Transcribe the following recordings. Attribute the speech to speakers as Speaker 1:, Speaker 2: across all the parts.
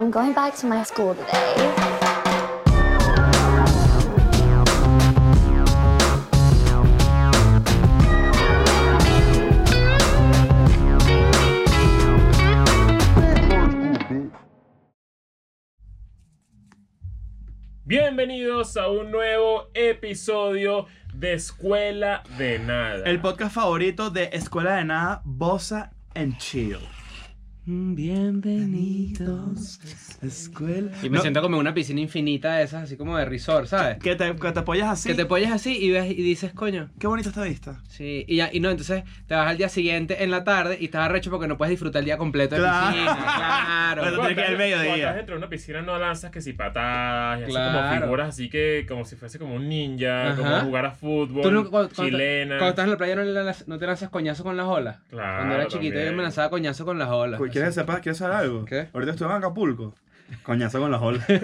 Speaker 1: I'm going back to my school today.
Speaker 2: Bienvenidos a un nuevo episodio de Escuela de Nada.
Speaker 3: El podcast favorito de Escuela de Nada, Bosa and Chill. Bienvenidos a Escuela.
Speaker 4: Y me
Speaker 3: No,
Speaker 4: siento como en una piscina infinita de esas, así como de resort, ¿sabes?
Speaker 3: Que te, que te apoyas así.
Speaker 4: Que te apoyas así y ves y dices, coño.
Speaker 3: Qué bonita esta vista.
Speaker 4: Sí, y, ya, y no, entonces te vas al día siguiente en la tarde y estás arrecho porque no puedes disfrutar el día completo de
Speaker 3: Claro.
Speaker 4: piscina. Claro.
Speaker 3: Bueno,
Speaker 2: Cuando
Speaker 3: tiene que ir al
Speaker 2: estás-
Speaker 3: mediodía.
Speaker 2: Cuando estás dentro de una piscina no lanzas que si patadas, y así como
Speaker 4: Claro.
Speaker 2: figuras así que como si fuese como un ninja,
Speaker 4: Ajá.
Speaker 2: como jugar a fútbol,
Speaker 4: Tú nunca- cuando, cuando-
Speaker 2: chilena.
Speaker 4: cuando estás en la playa no, le lanzas- no te lanzas coñazo con las olas.
Speaker 2: Claro,
Speaker 4: Cuando era chiquito
Speaker 2: también.
Speaker 4: yo me lanzaba coñazo con las olas.
Speaker 3: ¿Quieres, sepa- ¿Quieres saber algo?
Speaker 4: ¿Qué?
Speaker 3: Ahorita estuve en Acapulco. Coñazo con las olas. De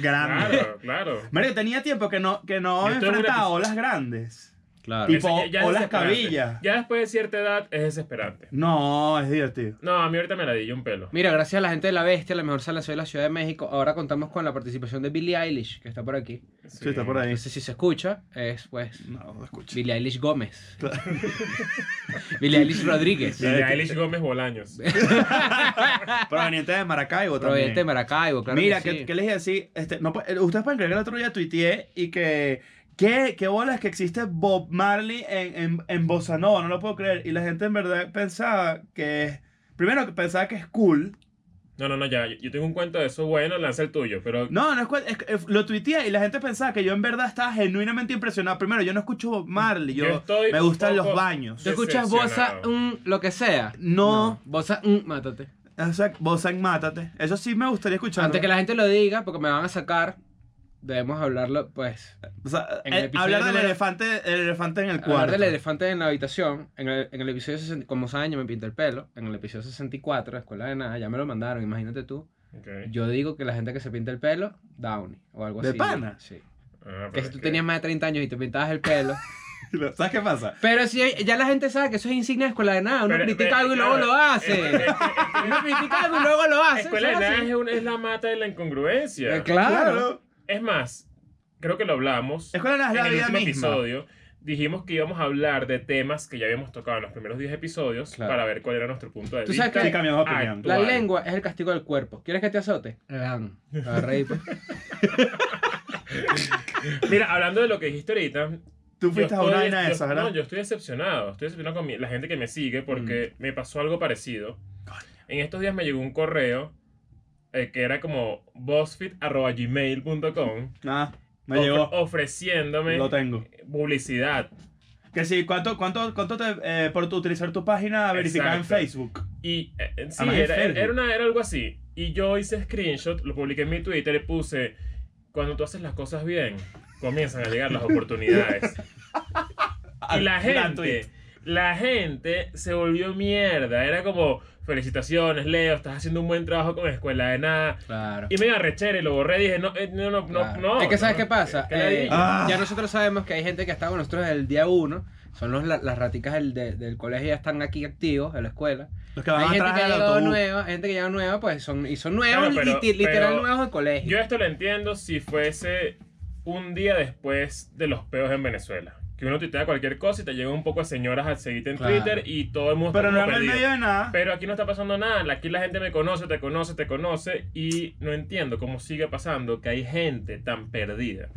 Speaker 3: grande.
Speaker 2: Claro, claro.
Speaker 3: Mario, tenía tiempo que no, que
Speaker 2: Yo
Speaker 3: no
Speaker 2: estuve en una
Speaker 3: enfrentaba
Speaker 2: piscina-
Speaker 3: olas grandes.
Speaker 4: Claro.
Speaker 3: Tipo,
Speaker 2: Ese es
Speaker 3: olas
Speaker 2: desesperante.
Speaker 3: cabillas.
Speaker 2: Ya después de cierta edad es desesperante.
Speaker 3: No, es divertido.
Speaker 2: No, a mí ahorita me la di yo un pelo.
Speaker 4: Mira, gracias a la gente de La Bestia, la mejor sala soy de la Ciudad de México. Ahora contamos con la participación de Billie Eilish, que está por aquí.
Speaker 3: Sí, está por ahí.
Speaker 4: No sé si se escucha, es pues
Speaker 3: No, lo escucho.
Speaker 4: Billie Eilish Gómez. Billie Eilish Rodríguez.
Speaker 2: Billie Eilish Gómez Bolaños.
Speaker 3: Proveniente de Maracaibo también.
Speaker 4: Proveniente de Maracaibo, claro.
Speaker 3: Mira,
Speaker 4: que
Speaker 3: que,
Speaker 4: sí.
Speaker 3: que les iba a decir, este, no, pu- eh, ustedes pueden creer que el otro día tuiteé y que, ¿qué, qué bolas que existe Bob Marley en, en, en Bossa Nova, no lo puedo creer. Y la gente en verdad pensaba que, primero que pensaba que es cool.
Speaker 2: No, no, no, ya. Yo tengo un cuento de eso bueno, lanza el tuyo. Pero
Speaker 3: No, no es, cua- es que, eh, lo tuiteé y la gente pensaba que yo en verdad estaba genuinamente impresionado. Primero, yo no escucho Bob Marley, yo,
Speaker 2: Yo estoy
Speaker 3: me gustan
Speaker 2: un
Speaker 3: los
Speaker 2: poco-
Speaker 3: baños.
Speaker 4: ¿Tú escuchas Bosa,
Speaker 2: Decepcionado.
Speaker 4: un, lo que sea?
Speaker 3: No.
Speaker 4: Bosa, un, mátate.
Speaker 3: O sea, Bossa en Mátate. Eso sí me gustaría escuchar.
Speaker 4: Antes que la gente lo diga, porque me van a sacar, debemos hablarlo, pues. en el episodio
Speaker 3: eh, hablar del
Speaker 4: número-
Speaker 3: elefante, el elefante en el cuarto.
Speaker 4: Hablar del elefante en la habitación, en el, en el episodio, 60 como Saña me pinta el pelo, en el episodio 64, Escuela de Nada, ya me lo mandaron, imagínate tú.
Speaker 2: Ok. Ah,
Speaker 4: Yo digo que la gente que se pinta el pelo, Downy, o algo
Speaker 3: ¿De
Speaker 4: así.
Speaker 3: pana?
Speaker 4: Sí.
Speaker 2: Ah, pero
Speaker 4: Que si
Speaker 2: es
Speaker 4: tú
Speaker 2: que-
Speaker 4: tenías más de 30 años y te pintabas el pelo.
Speaker 3: ¿Sabes qué pasa?
Speaker 4: Pero si ya la gente sabe que eso es insignia de Escuela de Nada, uno
Speaker 2: Pero-
Speaker 4: critica
Speaker 2: pero-
Speaker 4: algo y luego
Speaker 2: claro,
Speaker 4: lo
Speaker 2: es- es-
Speaker 4: hace.
Speaker 2: es- es-
Speaker 4: uno critica algo y luego lo hace.
Speaker 2: Escuela de
Speaker 4: eso es
Speaker 2: nada
Speaker 4: así.
Speaker 2: es, un- es la mata de la incongruencia.
Speaker 4: Eh, Claro.
Speaker 2: Es más, creo que lo hablamos
Speaker 3: Escuela de Nada es la
Speaker 2: en el
Speaker 3: vida
Speaker 2: último
Speaker 3: misma.
Speaker 2: episodio. Dijimos que íbamos a hablar de temas que ya habíamos tocado en los primeros 10 episodios
Speaker 4: Claro.
Speaker 2: para ver cuál era nuestro punto de
Speaker 4: Tú
Speaker 2: vista.
Speaker 4: sabes que- Sí,
Speaker 3: cambiamos de opinión.
Speaker 4: La
Speaker 2: actual.
Speaker 4: lengua es el castigo del cuerpo. ¿Quieres que te azote?
Speaker 3: Eh,
Speaker 4: Lan. Agarra ahí, pues.
Speaker 2: Mira, hablando de lo que dijiste ahorita.
Speaker 3: Tú
Speaker 2: yo
Speaker 3: fuiste a
Speaker 2: estoy-
Speaker 3: una vaina de
Speaker 2: yo-
Speaker 3: esas, ¿verdad?
Speaker 2: No, yo estoy decepcionado. Estoy decepcionado con mi- la gente que me sigue
Speaker 3: Mm.
Speaker 2: porque me pasó algo parecido. En estos días me llegó un correo eh, que era como buzzfeed.gmail.com
Speaker 3: Ah, me
Speaker 2: ofre-
Speaker 3: llegó.
Speaker 2: ofreciéndome
Speaker 3: Lo tengo.
Speaker 2: publicidad.
Speaker 3: Que sí, ¿cuánto, cuánto, cuánto te, eh, por tu utilizar tu página verificada en
Speaker 2: Exacto.
Speaker 3: Facebook?
Speaker 2: Y eh, eh,
Speaker 4: Ah,
Speaker 2: sí,
Speaker 3: Además, en
Speaker 2: era,
Speaker 3: Facebook.
Speaker 2: era una- era algo así. Y yo hice screenshot, lo publiqué en mi Twitter y puse, cuando tú haces las cosas bien, comienzan a llegar las oportunidades.
Speaker 3: Ah,
Speaker 2: y la
Speaker 3: Gran tweet.
Speaker 2: gente, la gente se volvió mierda. Era como, felicitaciones, Leo, estás haciendo un buen trabajo con Escuela de Nada.
Speaker 4: Claro.
Speaker 2: Y me iba a rechera y lo borré y dije, no, eh, no, no,
Speaker 4: Claro.
Speaker 2: no, no.
Speaker 4: es que ¿sabes
Speaker 2: no,
Speaker 4: qué pasa?
Speaker 2: que nadie-
Speaker 4: Eh,
Speaker 3: Ah.
Speaker 4: Ya nosotros sabemos que hay gente que está con nosotros desde el día uno. Son los, la- las raticas del, de- del colegio ya están aquí activos de la escuela.
Speaker 3: Los que
Speaker 4: Hay
Speaker 3: van
Speaker 4: gente
Speaker 3: Ah, atrás
Speaker 4: que ha
Speaker 3: del
Speaker 4: llegado
Speaker 3: autobús.
Speaker 4: nueva, hay gente que llega nueva, pues son, y son nuevos,
Speaker 2: Claro, pero-
Speaker 4: liti- literal
Speaker 2: pero-
Speaker 4: nuevos del colegio.
Speaker 2: Yo esto lo entiendo si fuese un día después de los peos en Venezuela. Que uno tuitea cualquier cosa y te llega un poco de señoras a seguirte en
Speaker 4: Claro.
Speaker 2: Twitter y todo el mundo
Speaker 3: Pero no
Speaker 2: está como
Speaker 3: en el
Speaker 2: perdido.
Speaker 3: medio de nada.
Speaker 2: Pero aquí no está pasando nada. Aquí la gente me conoce, te conoce, te conoce. Y no entiendo cómo sigue pasando que hay gente tan perdida.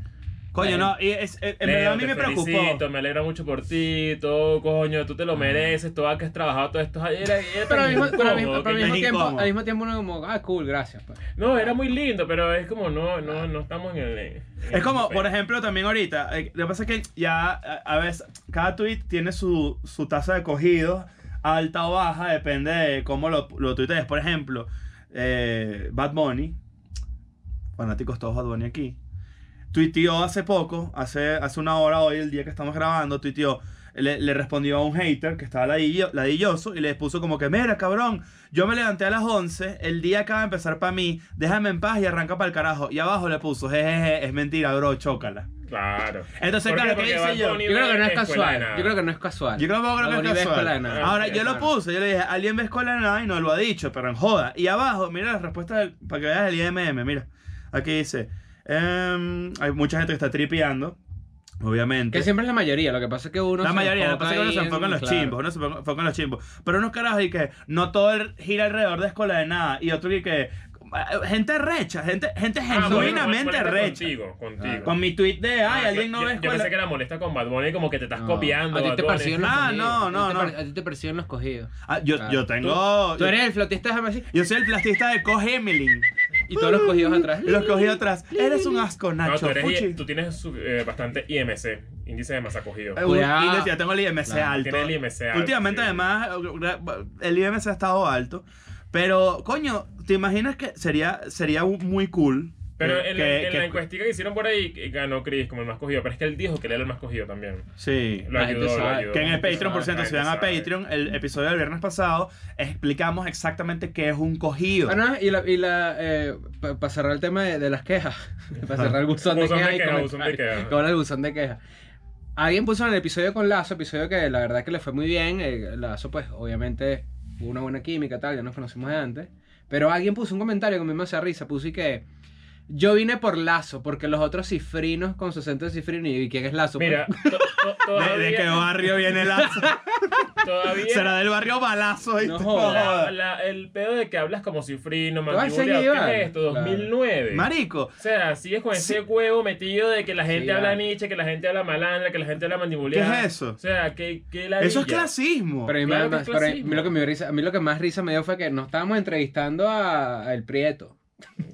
Speaker 3: Coño, no, y es, es- en verdad a mí
Speaker 2: Leo,
Speaker 3: me
Speaker 2: te felicito,
Speaker 3: preocupó.
Speaker 2: me alegra mucho por ti, todo, coño, tú te lo mereces, todo que has trabajado todos estos años. Era- era
Speaker 4: Ah. Pero,
Speaker 2: tan
Speaker 4: al mismo, pero al mismo-
Speaker 2: incómodo
Speaker 4: pero al
Speaker 2: que-
Speaker 3: Es
Speaker 4: mismo tiempo,
Speaker 3: incómodo.
Speaker 4: al mismo tiempo uno como, ah, cool, gracias. pues.
Speaker 2: No, era muy lindo, pero es como no, no, no estamos en el. en el
Speaker 3: Es como,
Speaker 2: papel.
Speaker 3: por ejemplo, también ahorita, eh, lo que pasa es que ya a, a veces cada tweet tiene su, su tasa de cogido, alta o baja, depende de cómo lo, lo tuitees. Por ejemplo, eh, Bad Bunny, fanáticos todos Bad Bunny aquí. tuiteó hace poco, hace, hace una hora hoy, el día que estamos grabando, tuiteó, le, le respondió a un hater que estaba ladillo- ladilloso y le puso como que, mira, cabrón, yo me levanté a las 11, el día acaba de empezar para mí, déjame en paz y arranca para el carajo. Y abajo le puso, jejeje, es mentira, bro, chócala.
Speaker 2: Claro.
Speaker 3: Entonces,
Speaker 2: ¿Por qué?
Speaker 3: claro, ¿qué
Speaker 2: Porque
Speaker 3: hice
Speaker 2: Bad
Speaker 3: yo?
Speaker 2: Bunny
Speaker 4: Yo creo que no
Speaker 2: Escuela
Speaker 4: es
Speaker 2: de
Speaker 4: casual.
Speaker 2: nada.
Speaker 4: Yo creo que no es casual.
Speaker 3: Yo tampoco creo
Speaker 4: Bad
Speaker 3: que
Speaker 4: Bunny
Speaker 3: es
Speaker 4: de escuela de
Speaker 3: casual.
Speaker 4: nada.
Speaker 3: Ahora, yo lo
Speaker 4: Claro.
Speaker 3: puse, yo le dije, al IMB Escuela de Nada y no lo ha dicho, pero en joda. Y abajo, mira la respuesta del- para que veas el IMM, mira. Aquí dice, em, hay mucha gente que está tripeando, obviamente.
Speaker 4: Que siempre es la mayoría, lo que pasa es que uno
Speaker 3: eh, la
Speaker 4: se
Speaker 3: mayoría, lo que
Speaker 4: enfoca
Speaker 3: pasa es que uno se
Speaker 4: ahí
Speaker 3: enfoca en los
Speaker 4: claro.
Speaker 3: chimbos, uno se enfoca enfoca en los chimbos. Pero unos carajos y que no todo el- gira alrededor de escuela de nada. Y otro y que. eh, Gente recha, gente, gente
Speaker 2: Ah, bueno,
Speaker 3: genuinamente
Speaker 2: molesta
Speaker 3: recha.
Speaker 2: Contigo, contigo.
Speaker 3: Con mi tweet de, ay,
Speaker 2: Ah,
Speaker 3: alguien no
Speaker 2: yo-
Speaker 3: ve
Speaker 2: Yo
Speaker 3: escuela.
Speaker 2: pensé que era molesta con Bad Bunny, como que te estás
Speaker 4: No,
Speaker 2: copiando.
Speaker 4: A ti
Speaker 2: Bad
Speaker 4: te
Speaker 2: Bunny.
Speaker 4: persiguen los
Speaker 3: Ah,
Speaker 4: cogidos.
Speaker 3: no, no,
Speaker 4: a ti te
Speaker 3: no.
Speaker 4: per- A ti te persiguen los cogidos.
Speaker 3: Ah, yo,
Speaker 4: Claro.
Speaker 3: yo tengo.
Speaker 4: Tú eres el flotista, déjame así.
Speaker 3: Yo soy el plastista de Co Hemmeling.
Speaker 4: Y todos los cogidos atrás.
Speaker 3: Los cogí atrás. Eres un asco,
Speaker 2: No,
Speaker 3: Nacho.
Speaker 2: tú, eres-
Speaker 3: Fuchi.
Speaker 2: tú tienes su- eh, bastante IMC, índice de masa acogido.
Speaker 3: Eh,
Speaker 4: Cuidado.
Speaker 3: y decía, tengo el IMC
Speaker 4: Claro,
Speaker 3: alto.
Speaker 2: Tiene el IMC. alto,
Speaker 3: Últimamente,
Speaker 2: sí.
Speaker 3: además, el IMC ha estado alto. Pero, coño, ¿te imaginas que sería, sería muy cool?
Speaker 2: Pero
Speaker 3: que-
Speaker 2: en, la,
Speaker 3: que-
Speaker 2: en
Speaker 3: que-
Speaker 2: la encuestica que hicieron por ahí eh, ganó Chris como el más cogido, pero es que él dijo que él era el más cogido también.
Speaker 3: Sí.
Speaker 2: Lo
Speaker 4: La gente
Speaker 2: ayudó, lo
Speaker 4: sabe.
Speaker 2: ayudó.
Speaker 3: Que en el
Speaker 2: La gente
Speaker 3: Patreon, por
Speaker 2: sabe,
Speaker 3: cierto,
Speaker 2: la
Speaker 3: si van a
Speaker 2: gente sabe.
Speaker 3: Patreon, el episodio del viernes pasado, explicamos exactamente qué es un cogido.
Speaker 4: Ah, no, y la, y la eh, para cerrar el tema de, de las quejas, para cerrar el buzón,
Speaker 2: Buzón de
Speaker 4: de quejas. y
Speaker 2: quejas,
Speaker 4: comentarios.
Speaker 2: buzón de quejas.
Speaker 4: Que ahora el buzón de quejas. Alguien puso en el episodio con Lazo, episodio que la verdad que le fue muy bien. eh, Lazo, pues, obviamente, hubo una buena química, tal, ya nos conocimos de antes. Pero alguien puso un comentario que a mí me hace risa, puso y que. Yo vine por Lazo, porque los otros cifrinos con su acento de cifrino y quién es Lazo. pues?"
Speaker 2: Mira, to- to-
Speaker 3: ¿De, de qué
Speaker 2: todavía.
Speaker 3: barrio viene Lazo?
Speaker 2: todavía
Speaker 3: Será del barrio Balazo. ¿viste?
Speaker 4: No jodas.
Speaker 2: la- la- el pedo de que hablas como cifrino,
Speaker 4: Tú vas a seguir,
Speaker 2: mandibuleado, ¿qué
Speaker 4: Iván.
Speaker 2: es esto? 2009.
Speaker 3: Marico,
Speaker 2: O sea, sigues con ese huevo metido de que la gente
Speaker 4: Sí,
Speaker 2: habla
Speaker 4: vale.
Speaker 2: Nietzsche, que la gente habla malandra, que la gente habla mandibuleada.
Speaker 3: ¿Qué es eso?
Speaker 2: O sea, que, que la
Speaker 3: eso es clasismo.
Speaker 4: Pero a mí,
Speaker 2: Claro
Speaker 4: me-
Speaker 2: que es
Speaker 4: pero a mí
Speaker 2: clasismo.
Speaker 4: lo que me dio risa- a mí lo que más risa me dio fue que nos estábamos entrevistando a, a El Prieto.